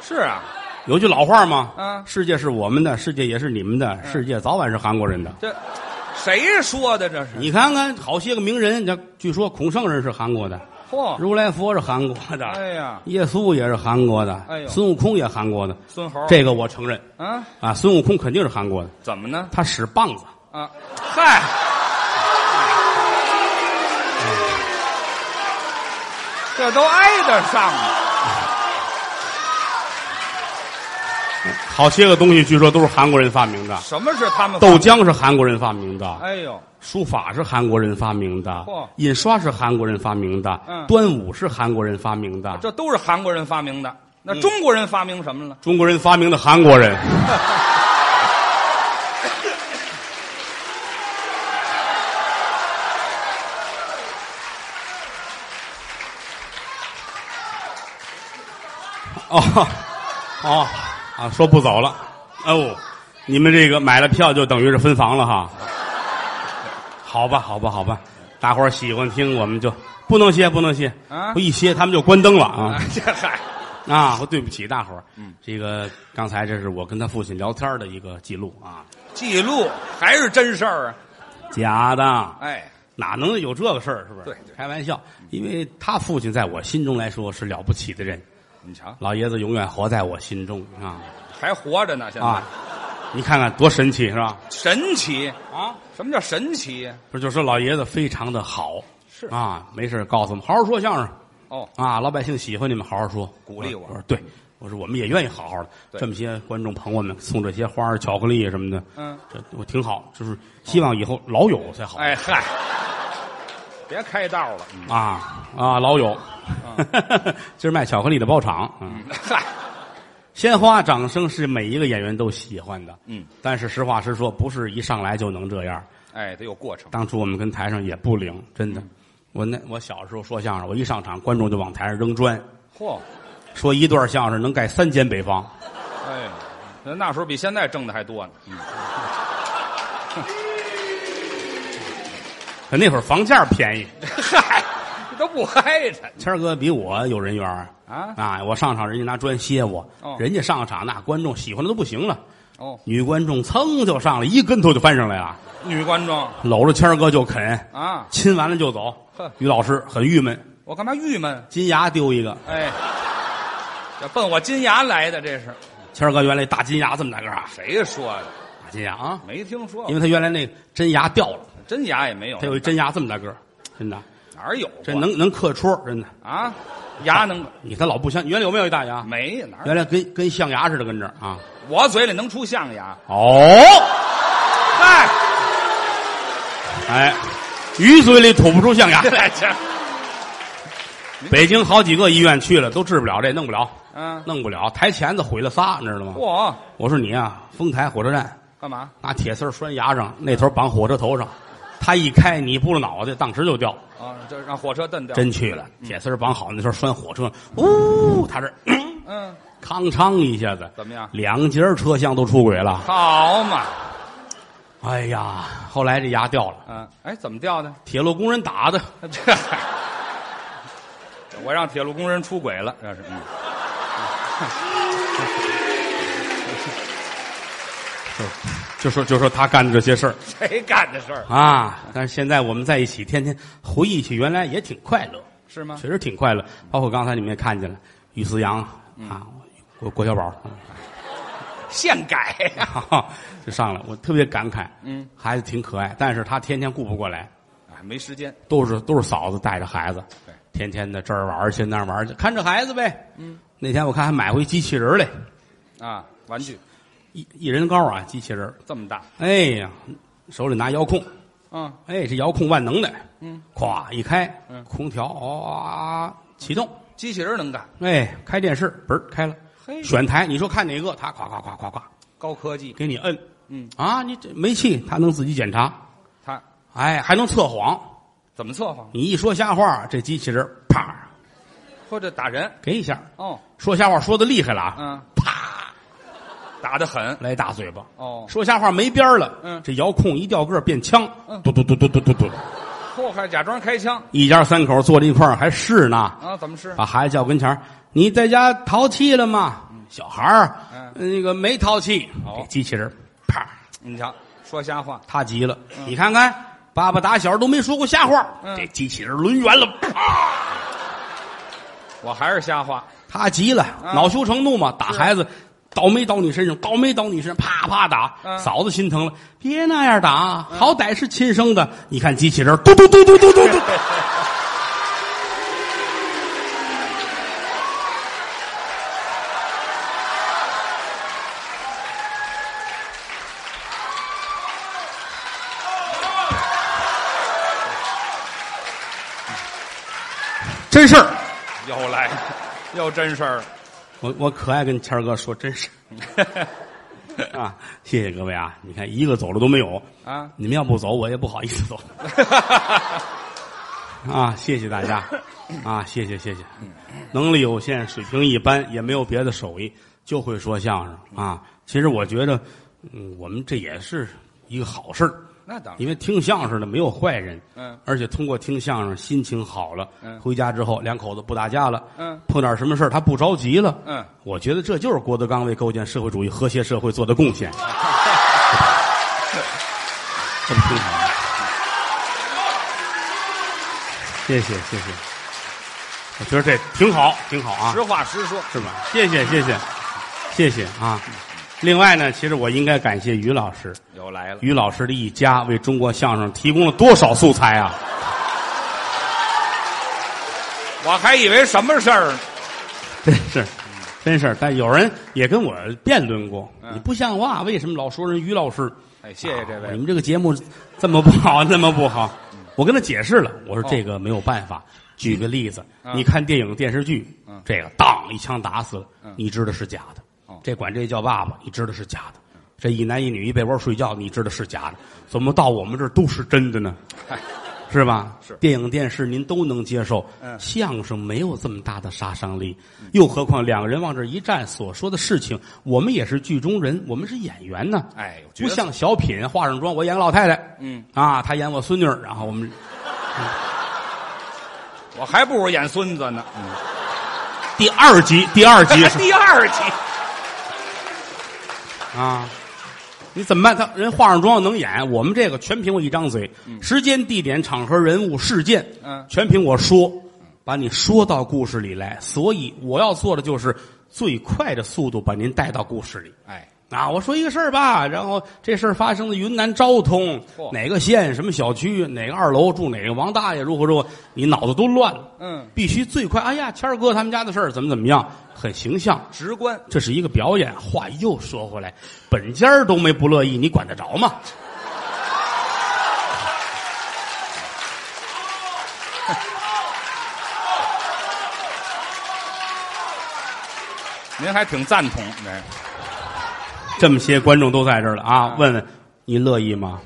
[SPEAKER 3] 是啊？
[SPEAKER 2] 有句老话嘛，
[SPEAKER 3] 嗯
[SPEAKER 2] 世界是我们的，世界也是你们的，世界早晚是韩国人的。
[SPEAKER 3] 这谁说的这是？
[SPEAKER 2] 你看看，好些个名人，这据说孔圣人是韩国的，
[SPEAKER 3] 嚯，
[SPEAKER 2] 如来佛是韩国的，
[SPEAKER 3] 哦哎呀，
[SPEAKER 2] 耶稣也是韩国的，
[SPEAKER 3] 哎呦
[SPEAKER 2] 孙悟空也韩国的，
[SPEAKER 3] 孙猴
[SPEAKER 2] 这个我承认
[SPEAKER 3] 啊，
[SPEAKER 2] 啊，孙悟空肯定是韩国的，
[SPEAKER 3] 怎么呢？
[SPEAKER 2] 他使棒子，
[SPEAKER 3] 啊，嗨。这都挨得上啊吗？
[SPEAKER 2] 好些个东西据说都是韩国人发明的，
[SPEAKER 3] 什么是他们？
[SPEAKER 2] 豆浆是韩国人发明的，
[SPEAKER 3] 哎呦，
[SPEAKER 2] 书法是韩国人发明的
[SPEAKER 3] 嚯，
[SPEAKER 2] 印刷是韩国人发明的，
[SPEAKER 3] 嗯
[SPEAKER 2] 端午是韩国人发明的，
[SPEAKER 3] 这都是韩国人发明的。那中国人发明什么了？
[SPEAKER 2] 中国人发明的韩国人。哦，哦，啊，说不走了，哦，你们这个买了票就等于是分房了哈。好吧，好吧，好吧，大伙儿喜欢听我们就不能歇，不能歇，
[SPEAKER 3] 啊
[SPEAKER 2] 我一歇他们就关灯了啊
[SPEAKER 3] 啊。，这嗨，
[SPEAKER 2] 啊，我对不起大伙儿。嗯，这个刚才这是我跟他父亲聊天的一个记录啊，
[SPEAKER 3] 记录还是真事儿啊？
[SPEAKER 2] 假的，
[SPEAKER 3] 哎，
[SPEAKER 2] 哪能有这个事儿？是不是？
[SPEAKER 3] 对对
[SPEAKER 2] 开玩笑，因为他父亲在我心中来说是了不起的人，
[SPEAKER 3] 你瞧，
[SPEAKER 2] 老爷子永远活在我心中啊
[SPEAKER 3] 还活着呢，现在、
[SPEAKER 2] 啊！你看看多神奇是吧？
[SPEAKER 3] 神奇。
[SPEAKER 2] 啊，
[SPEAKER 3] 什么叫神奇呀？
[SPEAKER 2] 这就说老爷子非常的好，
[SPEAKER 3] 是
[SPEAKER 2] 啊，没事儿告诉我们好好说相声
[SPEAKER 3] 哦，
[SPEAKER 2] 啊，老百姓喜欢你们好好说，
[SPEAKER 3] 鼓励我
[SPEAKER 2] 我说对，我说我们也愿意好好的，
[SPEAKER 3] 对
[SPEAKER 2] 这么些观众朋友们送这些花儿、巧克力什么的，
[SPEAKER 3] 嗯，
[SPEAKER 2] 这我挺好，就是希望以后老有才好。
[SPEAKER 3] 哎嗨，别开道了。嗯
[SPEAKER 2] 啊啊，老有， 今儿卖巧克力的包场。嗯，
[SPEAKER 3] 嗨，
[SPEAKER 2] 鲜花、掌声是每一个演员都喜欢的。
[SPEAKER 3] 嗯，
[SPEAKER 2] 但是实话实说，不是一上来就能这样。
[SPEAKER 3] 哎，得有过程。
[SPEAKER 2] 当初我们跟台上也不灵，真
[SPEAKER 3] 嗯
[SPEAKER 2] 的。我那我小时候说相声，我一上场，观众就往台上扔砖，
[SPEAKER 3] 嚯、
[SPEAKER 2] 说一段相声能盖三间北方。
[SPEAKER 3] 哎，那那时候比现在挣的还多呢。嗯
[SPEAKER 2] 可那会儿房价便宜，
[SPEAKER 3] 嗨，这都不挨着
[SPEAKER 2] 谦儿哥比我有人缘儿
[SPEAKER 3] 啊。
[SPEAKER 2] 啊！我上场，人家拿砖歇我，
[SPEAKER 3] 哦
[SPEAKER 2] 人家上场那观众喜欢的都不行了。
[SPEAKER 3] 哦，
[SPEAKER 2] 女观众噌就上来，一跟头就翻上来了，
[SPEAKER 3] 女观众
[SPEAKER 2] 搂着谦儿哥就啃，
[SPEAKER 3] 啊，
[SPEAKER 2] 亲完了就走
[SPEAKER 3] 呵。
[SPEAKER 2] 于老师很郁闷，
[SPEAKER 3] 我干嘛郁闷？
[SPEAKER 2] 金牙丢一个，
[SPEAKER 3] 哎，这奔我金牙来的，这是
[SPEAKER 2] 谦儿哥原来大金牙这么大个儿啊，
[SPEAKER 3] 谁说的？
[SPEAKER 2] 大金牙啊，
[SPEAKER 3] 没听说
[SPEAKER 2] 因
[SPEAKER 3] 过，
[SPEAKER 2] 为他原来那个真牙掉了，
[SPEAKER 3] 真牙也没有
[SPEAKER 2] 他，有一真牙这么大个儿，真的，
[SPEAKER 3] 哪儿有过？
[SPEAKER 2] 这能能刻戳，真的。
[SPEAKER 3] 啊？牙能
[SPEAKER 2] 你他老不相，原来有没有一大牙？
[SPEAKER 3] 没哪儿有？
[SPEAKER 2] 原来跟跟象牙似的跟这儿啊。
[SPEAKER 3] 我嘴里能出象牙？
[SPEAKER 2] 哦，
[SPEAKER 3] 嗨、
[SPEAKER 2] 哎，鱼嘴里吐不出象 牙来。
[SPEAKER 3] 这
[SPEAKER 2] 北京好几个医院去了，都治不了这，弄不了，
[SPEAKER 3] 嗯，
[SPEAKER 2] 弄不了。台前子毁了仨，你知道吗？
[SPEAKER 3] 嚯，
[SPEAKER 2] 我说你啊，丰台火车站
[SPEAKER 3] 干嘛？
[SPEAKER 2] 拿铁丝儿拴牙上，那头绑火车头上，他一开你拨了脑袋，当时就掉。
[SPEAKER 3] 啊，这让火车蹬掉。
[SPEAKER 2] 真去了，铁丝儿绑好，那头拴火车，呜，他这儿嗯
[SPEAKER 3] 嗯，
[SPEAKER 2] 康昌一下子
[SPEAKER 3] 怎么样？
[SPEAKER 2] 两节儿车厢都出轨了。
[SPEAKER 3] 好嘛，
[SPEAKER 2] 哎呀，后来这牙掉了，
[SPEAKER 3] 嗯，哎，怎么掉的？
[SPEAKER 2] 铁路工人打的。
[SPEAKER 3] 这，这我让铁路工人出轨了，这是。嗯
[SPEAKER 2] 就说就说他干的这些事儿
[SPEAKER 3] 谁干的事儿
[SPEAKER 2] 啊，但是现在我们在一起，天天回忆起原来也挺快乐，
[SPEAKER 3] 是吗？
[SPEAKER 2] 确实挺快乐。包括刚才你们也看见了，于思洋
[SPEAKER 3] 嗯
[SPEAKER 2] 啊，郭郭小宝，
[SPEAKER 3] 现改呀、
[SPEAKER 2] 哈哈， 就上来，我特别感慨，
[SPEAKER 3] 嗯，
[SPEAKER 2] 孩子挺可爱，但是他天天顾不过来，
[SPEAKER 3] 啊，没时间，
[SPEAKER 2] 都是都是嫂子带着孩子
[SPEAKER 3] 对，
[SPEAKER 2] 天天的这儿玩儿去那儿玩儿去，看着孩子呗。嗯，那天我看还买回机器人儿来，
[SPEAKER 3] 啊，玩具
[SPEAKER 2] 一一人高啊，机器人儿，
[SPEAKER 3] 这么大，
[SPEAKER 2] 哎呀，手里拿遥控，
[SPEAKER 3] 嗯，
[SPEAKER 2] 哎，这遥控万能的，
[SPEAKER 3] 嗯，
[SPEAKER 2] 咵一开，
[SPEAKER 3] 嗯
[SPEAKER 2] 空调啊启动，
[SPEAKER 3] 机器人能干，
[SPEAKER 2] 哎，开电视，嘣儿开了，
[SPEAKER 3] 嘿
[SPEAKER 2] 选台，你说看哪个，他咵咵咵咵咵
[SPEAKER 3] 高科技，
[SPEAKER 2] 给你摁，
[SPEAKER 3] 嗯，
[SPEAKER 2] 啊，你这煤气他能自己检查，
[SPEAKER 3] 它
[SPEAKER 2] 哎，还能测谎，
[SPEAKER 3] 怎么测谎
[SPEAKER 2] 你一说瞎话，这机器人儿啪
[SPEAKER 3] 或者打人？
[SPEAKER 2] 给一下，
[SPEAKER 3] 哦，
[SPEAKER 2] 说瞎话说的厉害了啊，
[SPEAKER 3] 嗯，
[SPEAKER 2] 啪
[SPEAKER 3] 打得狠，
[SPEAKER 2] 来一大嘴巴，
[SPEAKER 3] 哦，
[SPEAKER 2] 说瞎话没边儿了，
[SPEAKER 3] 嗯
[SPEAKER 2] 这遥控一掉个儿变枪
[SPEAKER 3] 嗯，
[SPEAKER 2] 嘟嘟嘟嘟嘟嘟嘟，
[SPEAKER 3] 嚯，还假装开枪
[SPEAKER 2] 一家三口坐在一块儿还试呢，
[SPEAKER 3] 啊？怎么是？
[SPEAKER 2] 把孩子叫跟前儿，你在家淘气了吗？小孩儿，
[SPEAKER 3] 嗯
[SPEAKER 2] 那个没淘气。
[SPEAKER 3] 哦
[SPEAKER 2] 给机器人儿，啪，
[SPEAKER 3] 你瞧，说瞎话，
[SPEAKER 2] 他急了，你看看，爸爸打小都没说过瞎话，
[SPEAKER 3] 嗯
[SPEAKER 2] 给机器人儿抡圆了，啪，
[SPEAKER 3] 我还是瞎话，
[SPEAKER 2] 他急了，
[SPEAKER 3] 嗯
[SPEAKER 2] 恼羞成怒嘛，打孩子。倒霉倒你身上，倒霉倒你身上，啪啪打，
[SPEAKER 3] 嗯
[SPEAKER 2] 嫂子心疼了，别那样打，好歹是亲生的。你看机器人儿，嘟嘟嘟嘟嘟 嘟嘟，真事儿。
[SPEAKER 3] 又 来，又真事儿了。
[SPEAKER 2] 我我可爱跟谦儿哥说真事 儿啊！谢谢各位啊！你看一个走了都没有
[SPEAKER 3] 啊
[SPEAKER 2] 你们要不走我也不好意思走啊！谢谢大家啊！谢谢谢谢，能力有限，水平一般，也没有别的手艺，就会说相声啊！其实我觉得，嗯，我们这也是一个好事儿。
[SPEAKER 3] 那当然
[SPEAKER 2] 因为听相声的没有坏人，
[SPEAKER 3] 啊嗯
[SPEAKER 2] 而且通过听相声心情好了，
[SPEAKER 3] 嗯
[SPEAKER 2] 回家之后两口子不打架了，
[SPEAKER 3] 嗯
[SPEAKER 2] 碰点什么事儿他不着急了，
[SPEAKER 3] 嗯，
[SPEAKER 2] 我觉得这就是郭德纲为构建社会主义和谐社会做的贡献， 这么听好吗？谢谢谢谢，我觉得这挺好挺好啊
[SPEAKER 3] 实，话实说，
[SPEAKER 2] 是吧？谢谢谢谢谢谢啊！另外呢，其实我应该感谢于老师，
[SPEAKER 3] 又来了，
[SPEAKER 2] 于老师的一家为中国相声提供了多少素材啊！
[SPEAKER 3] 我还以为什么事儿呢？
[SPEAKER 2] 真是，真是。但有人也跟我辩论过，
[SPEAKER 3] 嗯
[SPEAKER 2] 你不像话，为什么老说人于老师？
[SPEAKER 3] 哎，谢谢这
[SPEAKER 2] 啊你
[SPEAKER 3] 位，
[SPEAKER 2] 们这个节目这么不好，这么不好。
[SPEAKER 3] 嗯
[SPEAKER 2] 我跟他解释了，我说这个没有办法。举个例子，
[SPEAKER 3] 嗯
[SPEAKER 2] 你看电影电视剧
[SPEAKER 3] 嗯，
[SPEAKER 2] 这个当一枪打死了
[SPEAKER 3] 嗯，
[SPEAKER 2] 你知道是假的
[SPEAKER 3] 哦。
[SPEAKER 2] 这管这叫爸爸，你知道是假的。这一男一女一被窝睡觉，你知道是假的，怎么到我们这儿都是真的呢？
[SPEAKER 3] 嗨，
[SPEAKER 2] 是吧？
[SPEAKER 3] 是
[SPEAKER 2] 电影电视您都能接受，
[SPEAKER 3] 嗯
[SPEAKER 2] 相声没有这么大的杀伤力，又何况两个人往这一站，所说的事情，我们也是剧中人，我们是演员呢，
[SPEAKER 3] 哎，有角
[SPEAKER 2] 不
[SPEAKER 3] 色
[SPEAKER 2] 像小品化上妆，我演个老太太，
[SPEAKER 3] 嗯，
[SPEAKER 2] 啊，她演我孙女儿，然后我们
[SPEAKER 3] 我还不如演孙子呢。
[SPEAKER 2] 第二集， 第二 集是
[SPEAKER 3] 第二集，
[SPEAKER 2] 啊，你怎么办？他人化上妆能演，我们这个全凭我一张嘴，时间、地点、场合、人物、事件，
[SPEAKER 3] 嗯
[SPEAKER 2] 全凭我说，把你说到故事里来。所以我要做的就是最快的速度把您带到故事里。
[SPEAKER 3] 哎，
[SPEAKER 2] 啊，我说一个事儿吧，然后这事儿发生在云南昭通、
[SPEAKER 3] 嚯
[SPEAKER 2] 哪个县、什么小区、哪个二楼住哪个王大爷，如何如何，你脑子都乱了。
[SPEAKER 3] 嗯，
[SPEAKER 2] 必须最快。哎呀，谦儿哥他们家的事儿怎么怎么样，很形象。
[SPEAKER 3] 直观，
[SPEAKER 2] 这是一个表演。话又说回来，本家儿都没不乐意，你管得着吗？
[SPEAKER 3] 您还挺赞同，哎，
[SPEAKER 2] 这么些观众都在这儿了啊，问问你乐意吗？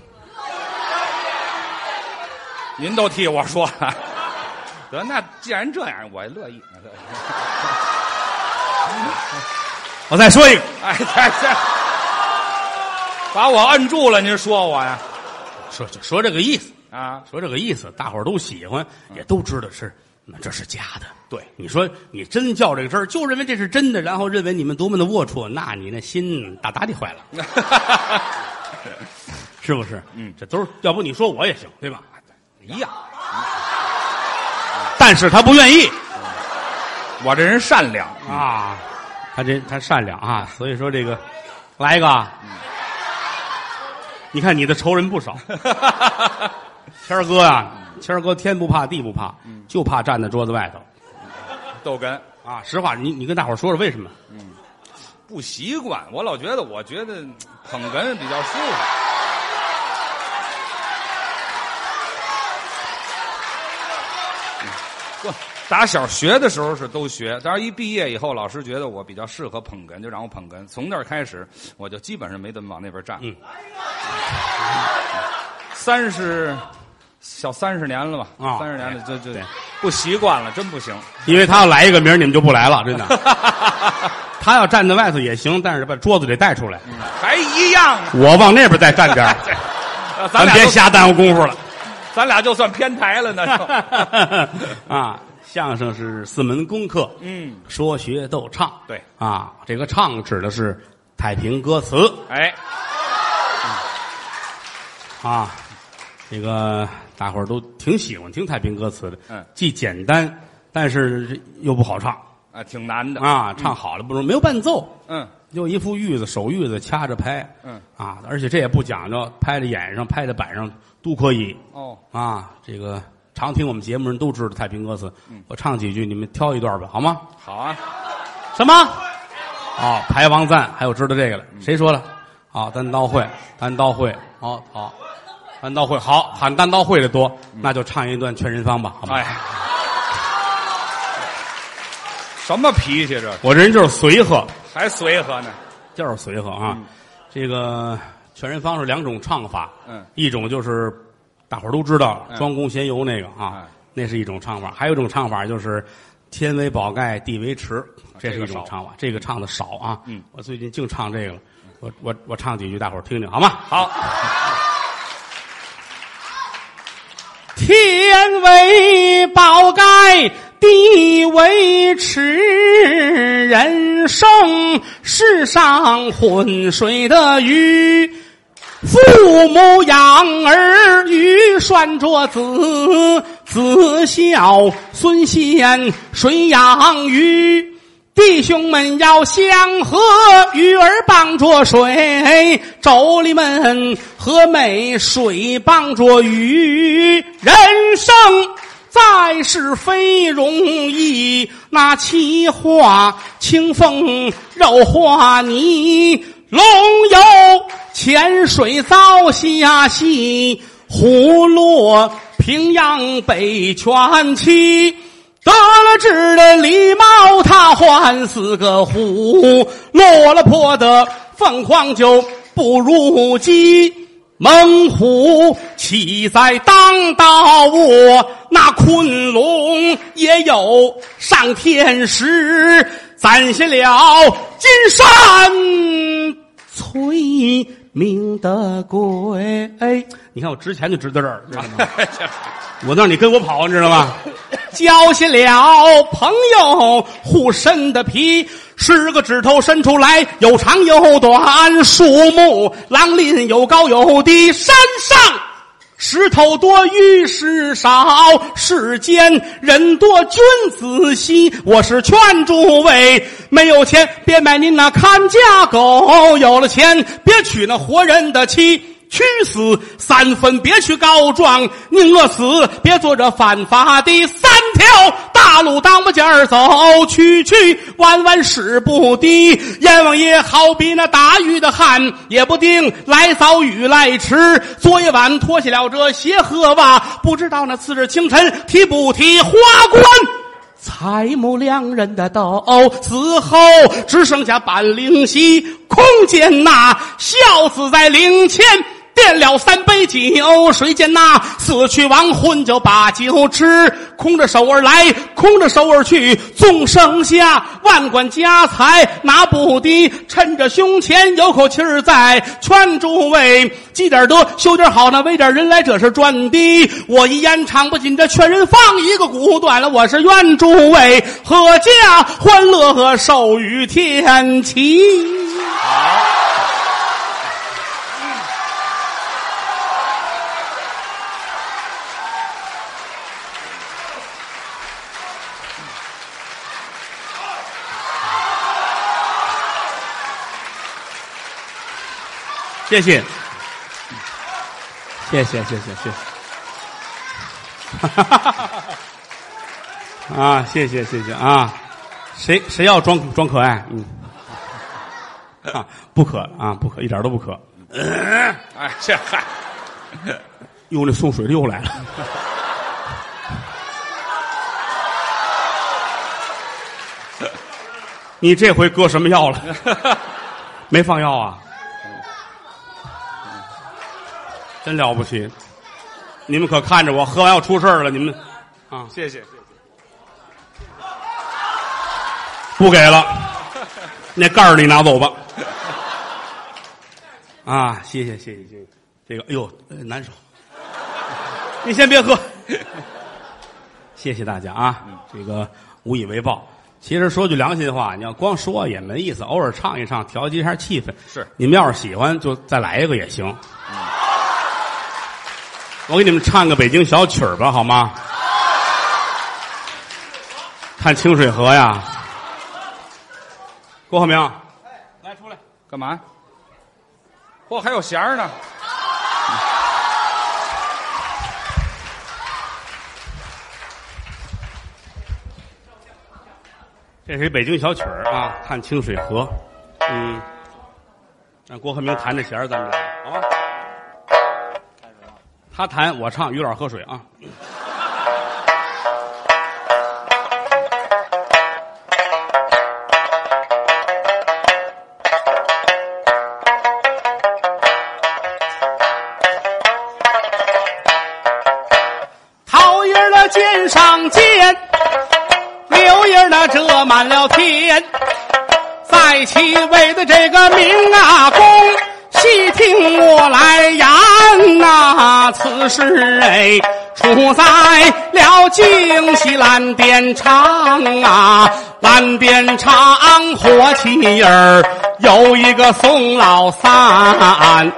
[SPEAKER 3] 您都替我说了。 得，那既然这样，我乐意。乐意
[SPEAKER 2] 我再说一个，
[SPEAKER 3] 哎，这这，把我摁住了，您说我呀？
[SPEAKER 2] 说说这个意思，
[SPEAKER 3] 啊，
[SPEAKER 2] 说这个意思，大伙儿都喜欢，也都知道是那这是假的。
[SPEAKER 3] 对
[SPEAKER 2] 你说你真较这个真儿，就认为这是真的，然后认为你们多么的龌龊，那你那心大大的坏了，是不是？
[SPEAKER 3] 嗯
[SPEAKER 2] 这都是，要不你说我也行，对吧？
[SPEAKER 3] 一样。
[SPEAKER 2] 但是他不愿意
[SPEAKER 3] 我这人 善良，
[SPEAKER 2] 啊，他这他善良啊，所以说这个，来一个啊，
[SPEAKER 3] 嗯
[SPEAKER 2] 你看你的仇人不 少，谦儿哥啊，
[SPEAKER 3] 嗯
[SPEAKER 2] 谦儿哥天不怕地不怕，就怕站在桌子外头
[SPEAKER 3] 逗哏
[SPEAKER 2] 啊。实话，你你跟大伙儿说说为什么？
[SPEAKER 3] 不习惯，我老觉得，我觉得捧哏比较舒服。不，嗯打小学的时候是都学，但是一毕业以后，老师觉得我比较适合捧哏，就让我捧哏。从那儿开始，我就基本上没怎么往那边站。
[SPEAKER 2] 嗯，
[SPEAKER 3] 三十，小三十年了吧？
[SPEAKER 2] 啊
[SPEAKER 3] 三十年了，这这
[SPEAKER 2] 对
[SPEAKER 3] 不习惯了，真不行。
[SPEAKER 2] 因为他要来一个，明儿你们就不来了，真的。他要站在外头也行，但是把桌子得带出来，
[SPEAKER 3] 还一样啊，
[SPEAKER 2] 我往那边再站点儿
[SPEAKER 3] 呃
[SPEAKER 2] 咱
[SPEAKER 3] 咱俩
[SPEAKER 2] 别
[SPEAKER 3] 就，
[SPEAKER 2] 瞎耽误功夫 了。
[SPEAKER 3] 咱俩就算偏台了呢。就
[SPEAKER 2] 啊，相声是四门功课，
[SPEAKER 3] 嗯，
[SPEAKER 2] 说学逗唱。
[SPEAKER 3] 对
[SPEAKER 2] 啊，这个唱指的是太平歌词
[SPEAKER 3] 哎，
[SPEAKER 2] 啊，这个大伙儿都挺喜欢听太平歌词的，
[SPEAKER 3] 嗯
[SPEAKER 2] 既简单，但是又不好唱
[SPEAKER 3] 啊，挺难的。
[SPEAKER 2] 啊，唱好了不容易，没有伴奏，
[SPEAKER 3] 嗯，
[SPEAKER 2] 就一副玉子手玉子掐着拍，
[SPEAKER 3] 嗯
[SPEAKER 2] 啊，而且这也不讲究，拍在眼上，拍在板上都可以
[SPEAKER 3] 哦，
[SPEAKER 2] 啊，这个。常听我们节目人都知道太平歌词，
[SPEAKER 3] 嗯
[SPEAKER 2] 我唱几句，你们挑一段吧，好吗？
[SPEAKER 3] 好啊，
[SPEAKER 2] 什么？哦，排王赞，还有知道这个了？谁说了？啊、单刀会，单刀会，好、好，单刀会好，喊单刀会的多，那就唱一段《劝人方》吧，好吗？
[SPEAKER 3] 哎，什么脾气这是
[SPEAKER 2] 我这人就是随和，
[SPEAKER 3] 还随和呢？
[SPEAKER 2] 就是随和啊。这个《劝人方》是两种唱法，
[SPEAKER 3] 嗯，
[SPEAKER 2] 一种就是大伙儿都知道
[SPEAKER 3] 嗯
[SPEAKER 2] 庄公闲游那个啊，
[SPEAKER 3] 嗯
[SPEAKER 2] 那是一种唱法；还有一种唱法就是天为宝盖，地为池，这是一
[SPEAKER 3] 啊这个
[SPEAKER 2] 种
[SPEAKER 3] 少
[SPEAKER 2] 唱法。这个唱的少啊，
[SPEAKER 3] 嗯，
[SPEAKER 2] 我最近净唱这个了。我我我唱几句，大伙儿听听好吗？
[SPEAKER 3] 好，
[SPEAKER 2] 天为宝盖，地为池，人生世上浑水的鱼。父母养儿育，拴着子，子孝孙贤谁养鱼？弟兄们要相和，鱼儿帮着水；妯娌们和美，水帮着鱼。人生在世非容易，那奇花清风肉花泥，龙游浅水遭虾戏，湖落平阳北泉妻。得了志的狸猫，他换四个虎；落了魄的凤凰就不如鸡。猛虎岂在当道卧？那昆龙也有上天时，攒下了金山催命的鬼。哎，你看我之前就知道这儿，知道吗？我让你跟我跑，你知道吗？交哦下了朋友护身的皮，十个指头伸出来，有长有短。树木狼林有高有低，山上石头多，玉石少，世间人多，君子稀。我是劝诸位，没有钱别买您那看家狗，有了钱别娶那活人的妻。去死三分，别去告状，宁饿死，别做这犯法的三条大路当我家儿走，去去弯弯使不低。阎王爷好比那打鱼的汉，也不定来早雨来迟。昨夜晚脱下了这鞋和袜，不知道那次日清晨提不提花冠。财母两人的斗，死后只剩下板灵犀。空见那孝子在灵前垫了三杯酒，谁见那死去亡魂就把酒吃，空着手而来，空着手而去，纵生下万贯家财拿不低，趁着胸前有口气儿在，劝诸位积点德，修点好，那为点人来者是赚的。我一言唱不尽，这劝人放一个骨断了，我是愿诸位阖家欢乐，寿与天齐。谢谢，谢谢，谢谢，谢谢。 啊，谢谢，谢谢啊！谁谁要装装可爱？嗯，啊，不可啊，不可，一点都不可。
[SPEAKER 3] 哎，这嗨，
[SPEAKER 2] 哟，那送水的又来了。 你这回搁什么药了？ 没放药啊？真了不起！你们可看着我，喝完要出事儿了，你们啊，
[SPEAKER 3] 谢谢，
[SPEAKER 2] 不给了，那盖儿你拿走吧。啊，谢谢谢谢谢谢，这个哎呦呃难受，你先别喝。谢谢大家啊，这个无以为报。其实说句良心话，你要光说也没意思，偶尔唱一唱，调节一下气氛。
[SPEAKER 3] 是
[SPEAKER 2] 你们要是喜欢，就再来一个也行。我给你们唱个北京小曲儿吧，好吗？看清水河呀，郭浩明。
[SPEAKER 3] 来出来，干嘛？嚯，还有弦儿呢！
[SPEAKER 2] 这是一北京小曲儿啊，看清水河。嗯，让郭鹤鸣弹着弦儿，咱们俩好吧？他弹，我唱，于老师喝水啊。桃叶儿那肩上肩，柳叶儿那遮满了天，在其位的这个明啊公，细听我来言呐、此事哎。出在了京西蓝靛厂啊，蓝靛厂火器儿有一个宋老三。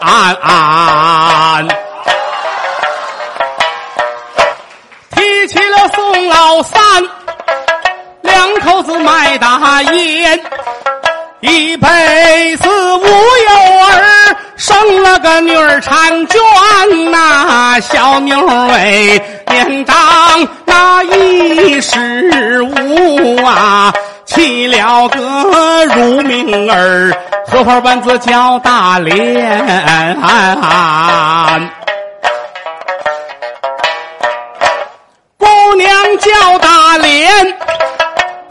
[SPEAKER 2] 提起了宋老三，两口子卖大烟，一辈子无有儿，生了个女儿婵娟呐，小妞儿哎，年长那一十五啊，起了个乳名儿，荷花班子叫大连。姑娘叫大脸，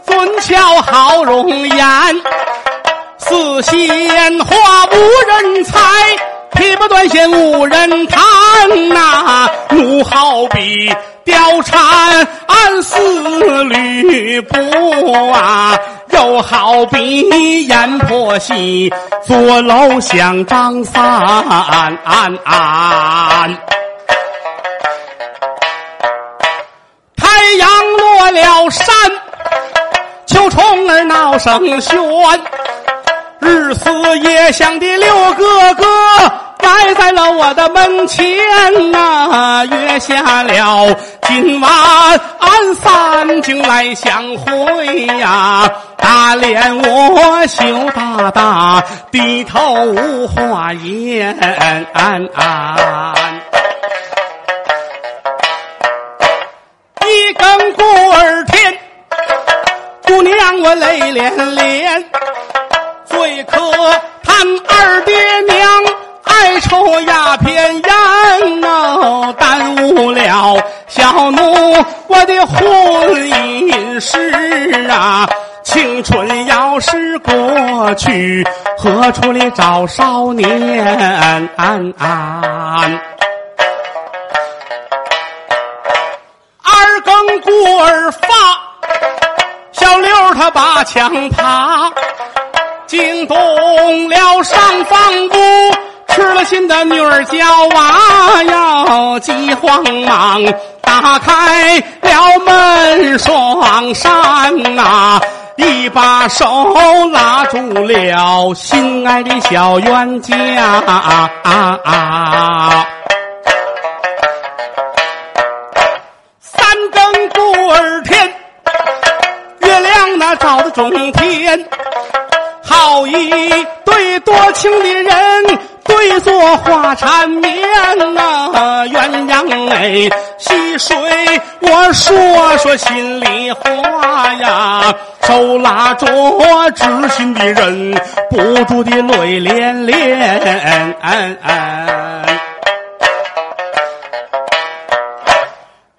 [SPEAKER 2] 俊俏好容颜，似鲜花无人采，劈不断线无人弹呐、奴好比貂蝉暗似吕布啊，又好比阎婆惜，坐楼想张三。太阳落了山，秋虫儿闹声喧。日思夜想的六哥哥，摆在了我的门前呐、约下了今晚俺三更来相会呀、打脸我羞答答，低头无话言。啊一更过儿天，姑娘我泪涟涟，最可叹二爹娘爱抽鸦片烟哦，耽误了小奴我的婚姻事啊。青春要是过去，何处里找少年？二更过儿发，小六儿他把墙爬，惊动了上房屋，吃了心的女儿叫娃哟，急慌忙打开了门双扇呐、一把手拉住了心爱的小冤家。啊啊啊三更过儿天，月亮那照的中天，好一对多情的人，对坐话缠绵呐、鸳鸯哎，戏水我说说心里话呀，手拉着知心的人，不住的泪涟涟。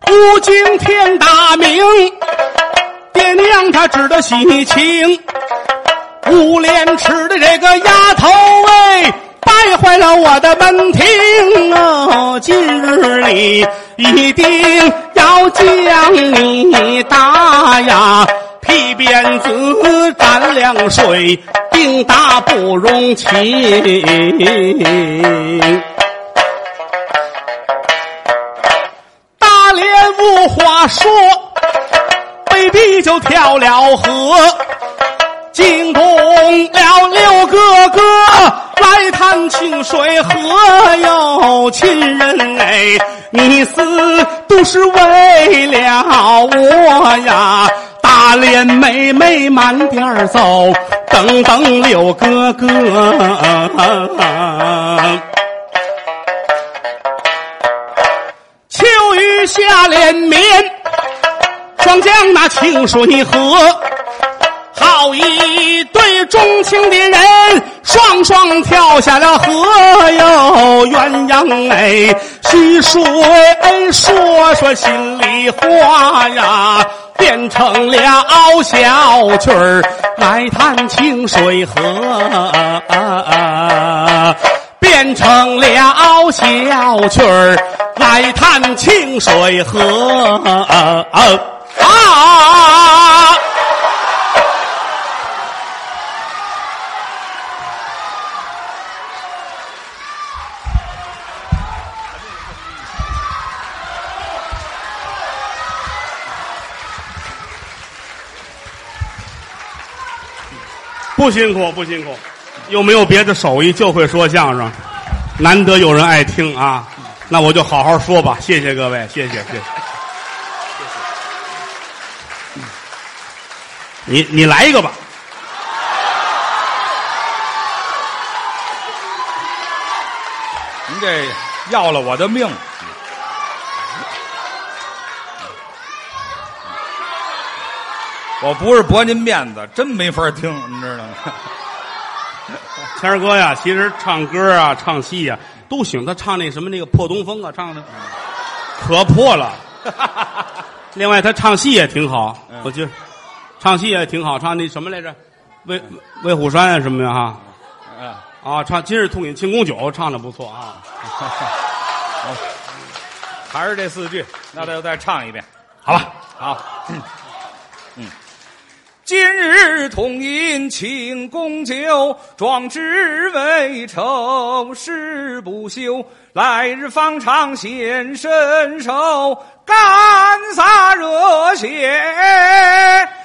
[SPEAKER 2] 不惊天大名，爹娘她知道喜庆。无廉耻的这个丫头哎，败坏了我的门庭哦！今日里一定要将你打呀！皮鞭子沾凉水，定打不容情。大连无话说，被逼就跳了河，惊动了六哥哥来探清水河哟，亲人哎，你死都是为了我呀。大连妹妹慢点儿走，等等六哥哥。秋雨下连绵，双江那清水河，好一对钟情的人，双双跳下了河哟。鸳鸯哎，细水哎，说说心里话呀，变成了小曲儿来探清水河。变成了小曲儿，来探清水河。啊啊啊
[SPEAKER 5] 不辛苦，不辛苦，又没有别的手艺，就会说相声，难得有人爱听啊。那我就好好说吧，谢谢各位，谢谢谢谢。你你来一个吧，
[SPEAKER 3] 您这要了我的命。我不是驳您面子，真没法听，你知道吗？
[SPEAKER 5] 谦儿哥呀，其实唱歌啊、唱戏呀、都行。他唱那什么那个破东风啊，唱的可破了。另外，他唱戏也挺好，我觉得唱戏也挺好，唱那什么来着，《魏魏虎山》啊什么的哈。
[SPEAKER 3] 啊，
[SPEAKER 5] 啊，唱《今日痛饮庆功酒》唱的不错啊。
[SPEAKER 3] 还是这四句，那就再唱一遍。
[SPEAKER 5] 好吧，
[SPEAKER 3] 好，嗯，今日同饮庆功酒，壮志未酬誓不休。来日方长显身手，干洒热血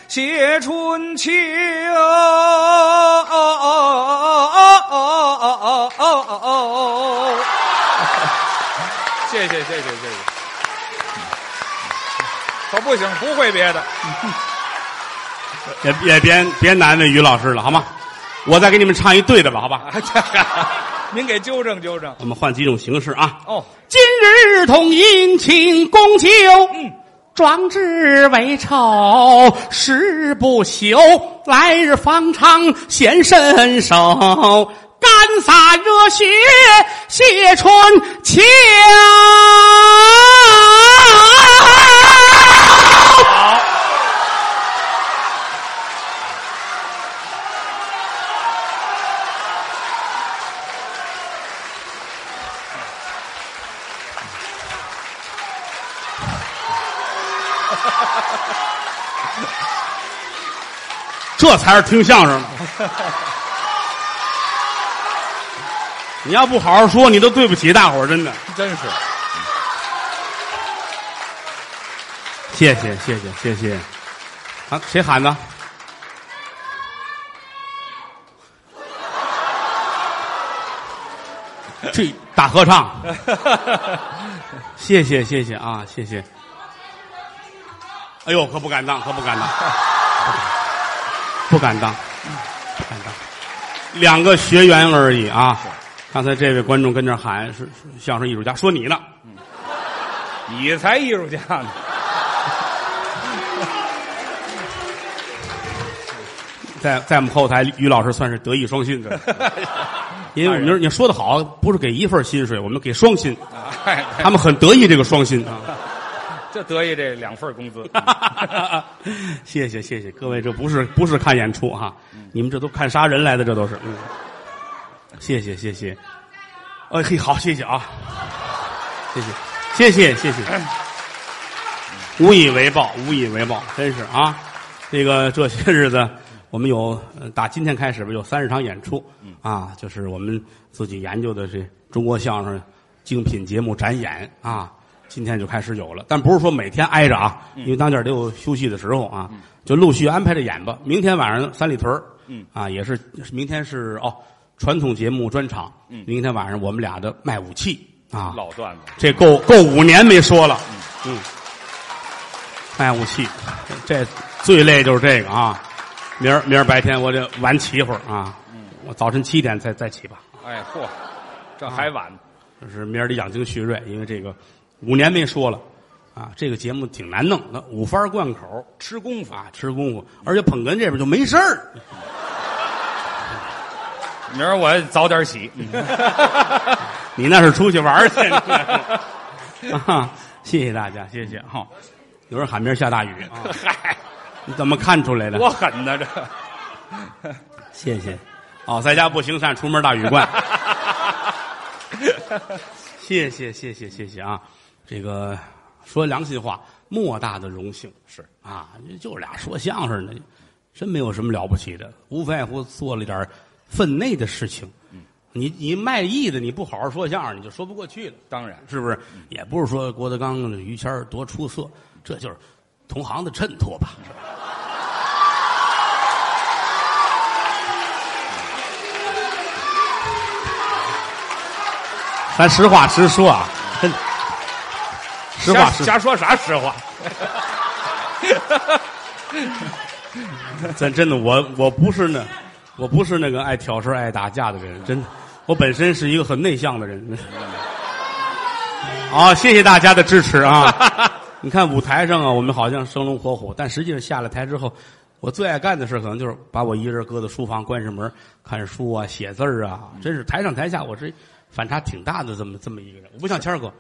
[SPEAKER 3] 写春秋。 谢谢谢谢谢谢。 可不行，不会别的。
[SPEAKER 2] 也也别别难为于老师了，好吗？我再给你们唱一对的吧，好吧？
[SPEAKER 3] 哎这个 您给纠正纠正。
[SPEAKER 2] 我们换几种形式啊。
[SPEAKER 3] 哦，
[SPEAKER 6] 今日同饮庆功酒，
[SPEAKER 3] 嗯
[SPEAKER 6] 壮志为酬誓不休。来日方长显身手，干洒热血写春秋。
[SPEAKER 2] 这才是听相声的。你要不好好说，你都对不起大伙儿，真的。
[SPEAKER 3] 真是
[SPEAKER 2] 谢谢谢谢谢谢。啊，谁喊的？这大合唱，谢谢谢谢啊，谢谢。哎呦，可不敢当，可不敢当，不敢当，不敢当。两个学员而已啊。刚才这位观众跟这儿喊是是相声艺术家，说你呢。
[SPEAKER 3] 你才艺术家呢。
[SPEAKER 2] 在在我们后台，于老师算是德艺双馨的， 因为我们你说的好，不是给一份薪水，我们给双薪，
[SPEAKER 3] 哎，
[SPEAKER 2] 他们很得意这个双薪啊。
[SPEAKER 3] 就得意这两份工 资。
[SPEAKER 2] 啊谢谢谢谢各位，这不是不是看演出哈、你们这都看杀人来的，这都是。嗯，谢谢谢谢，哎嘿，好谢谢啊，谢谢谢谢谢谢，无以为报无以为报，真是啊，这个这些日子。我们有，呃打今天开始吧，有三十场演出，
[SPEAKER 3] 嗯
[SPEAKER 2] 啊，就是我们自己研究的这中国相声精品节目展演啊，今天就开始有了，但不是说每天挨着啊，
[SPEAKER 3] 嗯
[SPEAKER 2] 因为当间得有休息的时候啊，就陆续安排着演吧。明天晚上三里屯儿
[SPEAKER 3] 嗯，
[SPEAKER 2] 啊，也是明天是哦传统节目专场，明天晚上我们俩的卖武器啊，
[SPEAKER 3] 嗯老段子，
[SPEAKER 2] 这够够五年没说了，嗯，卖武器，这最累就是这个啊。明儿明儿白天我得晚起一会儿啊，我早晨七点再再起吧。
[SPEAKER 3] 哎嚯，这还晚。
[SPEAKER 2] 啊就是明儿得养精蓄锐，因为这个五年没说了啊，这个节目挺难弄的，五番贯口
[SPEAKER 3] 吃功夫，
[SPEAKER 2] 啊，吃功夫，而且捧哏这边就没事儿，
[SPEAKER 3] 明儿我早点 起。
[SPEAKER 2] 你那是出去玩儿去。啊，谢谢大家，谢谢哈、有人喊明儿下大雨 啊，
[SPEAKER 3] 嗨，
[SPEAKER 2] 你怎么看出来的？
[SPEAKER 3] 多狠呐这！
[SPEAKER 2] 谢谢。哦，在家不行善，出门大雨灌。谢谢谢谢谢谢啊！这个说良心话，莫大的荣幸是啊，就俩说相声的，真没有什么了不起的，无外乎做了点儿分内的事情。你你卖艺的，你不好好说相声，你就说不过去了。
[SPEAKER 3] 当然，
[SPEAKER 2] 是不是？也不是说郭德纲、于谦儿多出色，这就是同行的衬托吧。是吧咱实话实说啊，真的实话
[SPEAKER 3] 瞎
[SPEAKER 2] 实
[SPEAKER 3] 瞎说啥实话？
[SPEAKER 2] 咱 真的，我我不是那，我不是那个爱挑事儿爱打架的人，真的，我本身是一个很内向的人。 好，谢谢大家的支持啊！你看舞台上啊，我们好像生龙活虎，但实际上下了台之后，我最爱干的事可能就是把我一个人搁在书房，关上门看书啊、写字儿啊，真是台上台下我这反差挺大的，这么这么一个人，我不像谦儿哥，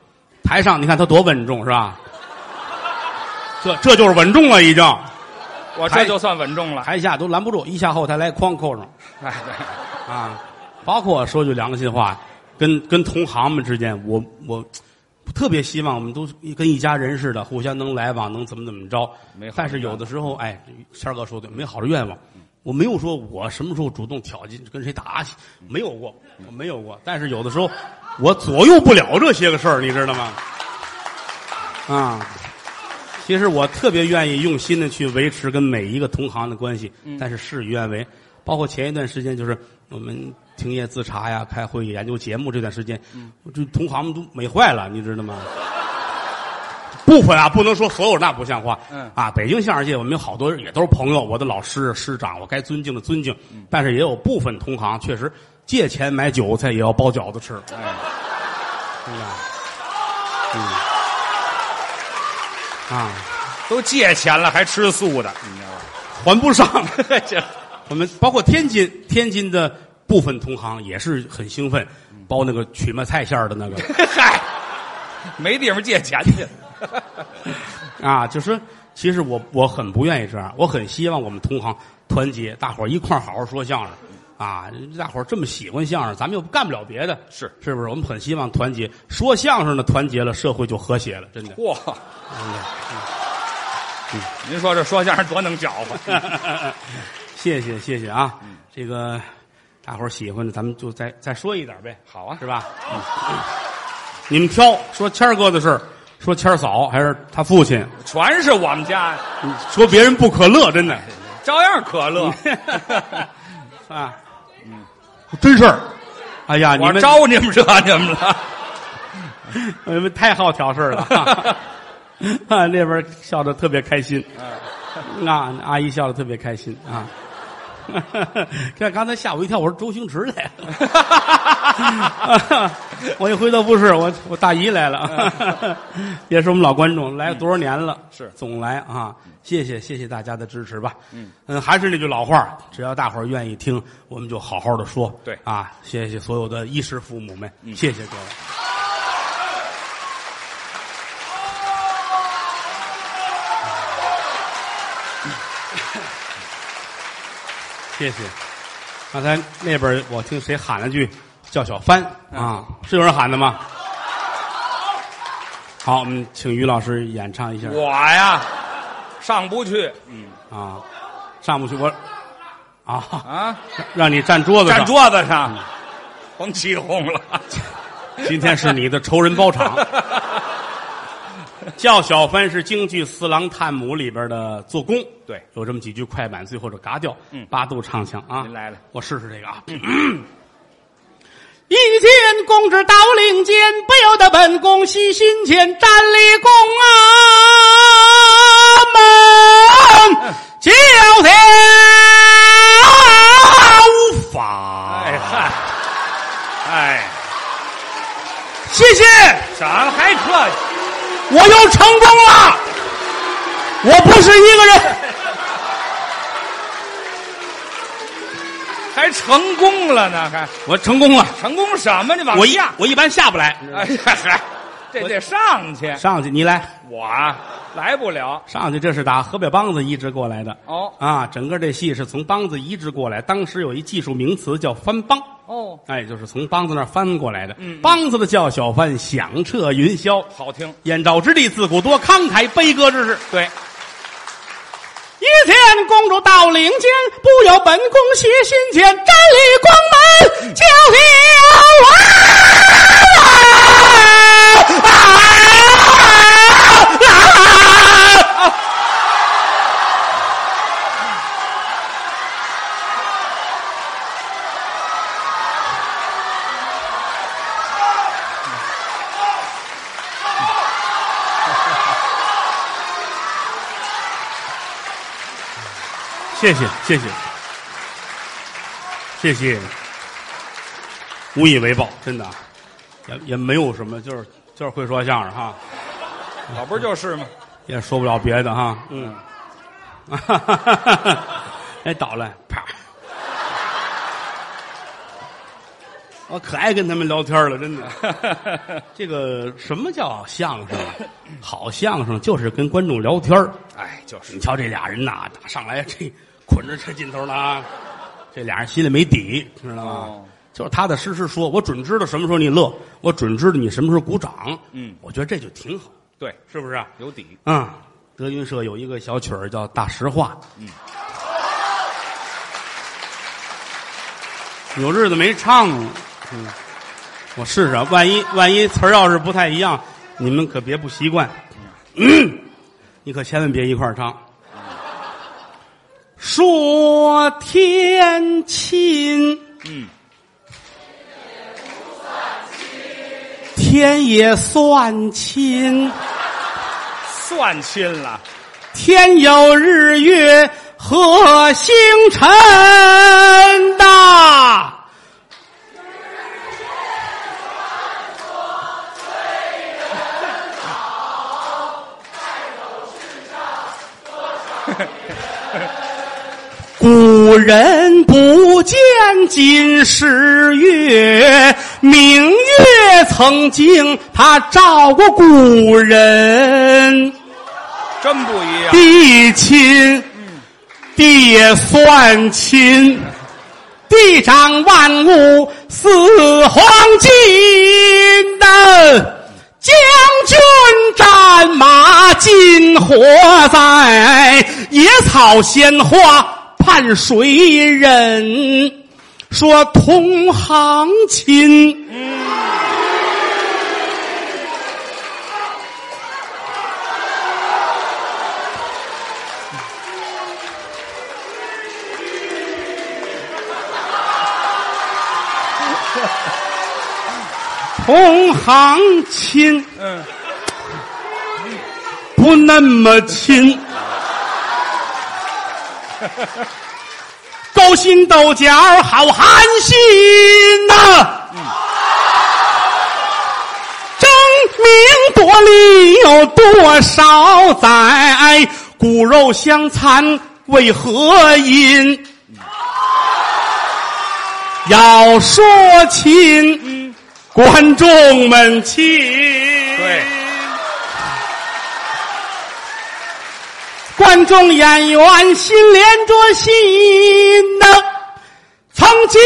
[SPEAKER 2] 台上你看他多稳重是吧？这这就是稳重了，已经。
[SPEAKER 3] 我这就算稳重了。
[SPEAKER 2] 台下都拦不住，一下后台来哐扣上
[SPEAKER 3] 哎，对
[SPEAKER 2] 啊！包括说句良心话，跟跟同行们之间，我我特别希望我们都跟一家人似的，互相能来往，能怎么怎么着
[SPEAKER 3] 没好的愿望。
[SPEAKER 2] 但是有的时候，哎，谦儿哥说的没好的愿望，我没有说我什么时候主动挑衅跟谁打，没有过，
[SPEAKER 3] 嗯
[SPEAKER 2] 我没有过。但是有的时候，我左右不了这些个事儿，你知道吗？啊。其实我特别愿意用心的去维持跟每一个同行的关系，但是事与愿违。包括前一段时间，就是我们停业自查呀，开会研究节目这段时间，我这同行们都美坏了，你知道吗？ 部分啊，不能说所有，那不像话。
[SPEAKER 3] 嗯
[SPEAKER 2] 啊，北京相声界我们有好多人也都是朋友，我的老师、师长，我该尊敬的尊敬。但是也有部分同行确实借钱买韭菜也要包饺子吃。嗯啊嗯啊，
[SPEAKER 3] 都借钱了还吃素的，你知道吧？
[SPEAKER 2] 还不上。
[SPEAKER 3] 这
[SPEAKER 2] 我们包括天津，天津的部分同行也是很兴奋，包那个曲麻菜馅儿的那个
[SPEAKER 3] 嗨，没地方借钱 去。
[SPEAKER 2] 啊，就是其实我我很不愿意这样，我很希望我们同行团结，大伙儿一块儿好好说相声。啊，大伙儿这么喜欢相声，咱们又干不了别的，
[SPEAKER 3] 是
[SPEAKER 2] 是不是？我们很希望团结，说相声的团结了，社会就和谐了，真的。
[SPEAKER 3] 嚯！嗯您说这说相声多能搅
[SPEAKER 2] 嗯
[SPEAKER 3] 和，
[SPEAKER 2] 谢谢谢谢啊，这个大伙儿喜欢的，咱们就再再说一点呗，
[SPEAKER 3] 好啊
[SPEAKER 2] 是吧？嗯，你们挑说谦儿哥的事儿，说谦儿嫂还是他父亲，
[SPEAKER 3] 全是我们家
[SPEAKER 2] 说别人不可乐，真的
[SPEAKER 3] 照样可乐。
[SPEAKER 2] 啊，真事儿。哎呀，你
[SPEAKER 3] 我
[SPEAKER 2] 们
[SPEAKER 3] 招你们惹你们了，
[SPEAKER 2] 你们呃太好挑事儿了， 啊，那边笑得特别开心，
[SPEAKER 3] 嗯
[SPEAKER 2] 啊，阿姨笑得特别开心啊。 这刚才吓我一跳，我说周星驰来了， 我一回头不是我，我大姨来 了，也是我们老观众，来多少年了，
[SPEAKER 3] 嗯是
[SPEAKER 2] 总来啊，谢谢谢谢大家的支持吧，嗯还是那句老话，只要大伙儿愿意听，我们就好好的说，
[SPEAKER 3] 对嗯
[SPEAKER 2] 啊，谢谢所有的衣食父母们，谢谢各位。谢谢。刚才那边我听谁喊了句叫小帆
[SPEAKER 3] 嗯
[SPEAKER 2] 啊，是有人喊的吗？好，我们请于老师演唱一下
[SPEAKER 3] 我呀上不去
[SPEAKER 2] 啊，上不去我啊，
[SPEAKER 3] 啊，
[SPEAKER 2] 让你站桌子上
[SPEAKER 3] 站。桌子上，
[SPEAKER 2] 嗯
[SPEAKER 3] 甭起哄了。
[SPEAKER 2] 今天是你的仇人包 场。叫小帆是京剧《四郎探母》里边的做工，
[SPEAKER 3] 对
[SPEAKER 2] 有这么几句快板，最后这嘎调，
[SPEAKER 3] 嗯
[SPEAKER 2] 八度唱腔啊，
[SPEAKER 3] 您来了，
[SPEAKER 2] 我试试这个啊。 一见公之到令间，不由得本宫喜心间，站立宫
[SPEAKER 3] 哎
[SPEAKER 2] 啊门，叫天啊无法。
[SPEAKER 3] 哎嗨，哎，
[SPEAKER 2] 谢谢，
[SPEAKER 3] 怎么还客气？
[SPEAKER 2] 我又成功了，我不是一个人。
[SPEAKER 3] 还成功了呢？还
[SPEAKER 2] 我成功了，
[SPEAKER 3] 成功什么？你往
[SPEAKER 2] 我一
[SPEAKER 3] 下，
[SPEAKER 2] 我一般下不来，
[SPEAKER 3] 哎呀，嗨，这得上去。
[SPEAKER 2] 上去你来
[SPEAKER 3] 我啊来不了。
[SPEAKER 2] 上去，这是打河北梆子移植过来的。
[SPEAKER 3] 哦
[SPEAKER 2] 啊，整个这戏是从梆子移植过来，当时有一技术名词叫翻梆。
[SPEAKER 3] 哦，
[SPEAKER 2] 哎，就是从梆子那儿翻过来的。梆子的叫小翻，响彻云霄。
[SPEAKER 3] 好听。
[SPEAKER 2] 燕赵之地，自古多慷慨，悲歌之士。
[SPEAKER 3] 对，
[SPEAKER 2] 一天公主到领间，不由本宫携心间，站立宫门叫啊啊啊！谢谢谢谢谢谢，无以为报，真的啊，也也没有什么，就是就是会说相声哈。
[SPEAKER 3] 可不就是吗？
[SPEAKER 2] 也说不了别的哈，嗯， 哎，倒了，啪！我可爱跟他们聊天了，真的。这个什么叫相声啊？好相声就是跟观众聊天儿
[SPEAKER 3] 哎，就是
[SPEAKER 2] 你瞧这俩人呐，打上来这捆着这劲头了啊，这俩人心里没底，知道吗？
[SPEAKER 3] 哦
[SPEAKER 2] 就是踏踏实实说，我准知道什么时候你乐，我准知道你什么时候鼓掌。
[SPEAKER 3] 嗯
[SPEAKER 2] 我觉得这就挺好，
[SPEAKER 3] 对，
[SPEAKER 2] 是不是啊？
[SPEAKER 3] 有底。
[SPEAKER 2] 啊，德云社有一个小曲儿叫《大实话》。嗯，有日子没唱了。嗯，我试试啊，万一万一词儿要是不太一样，你们可别不习惯。嗯，你可千万别一块儿唱。说天亲，
[SPEAKER 3] 嗯，
[SPEAKER 2] 天也算亲，
[SPEAKER 3] 算亲了，
[SPEAKER 2] 天有日月和星辰呐。 古人不见今时月，明月曾经它照过古人。
[SPEAKER 3] 真不一样。
[SPEAKER 2] 地亲，地也算亲，地长万物似黄金呐、将军战马金火在，野草鲜花盼谁人？说同行亲。同行亲，
[SPEAKER 3] 嗯，
[SPEAKER 2] 不那么亲。勾心斗角好寒心呐、争名夺利有多少载？骨肉相残为何因？要说亲。观众们亲。对观众演员心连着心呐、曾记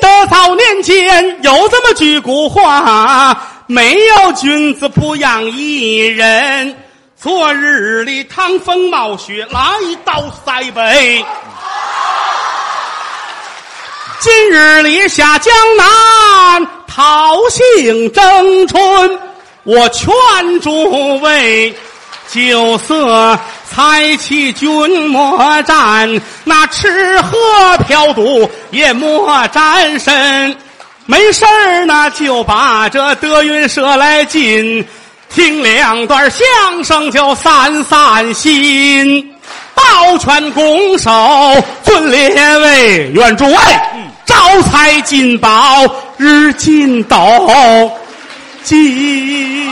[SPEAKER 2] 得早年间有这么句古话：没有君子不养艺人。昨日里趟风冒雪来到塞北，今日里下江南，桃杏争春。我劝诸位，酒色财气君莫沾，那吃喝嫖赌也莫沾身。没事儿呢，就把这德云社来进，听两段相声就散散心。抱拳拱手，尊列位，愿诸位招财进宝，日进斗金。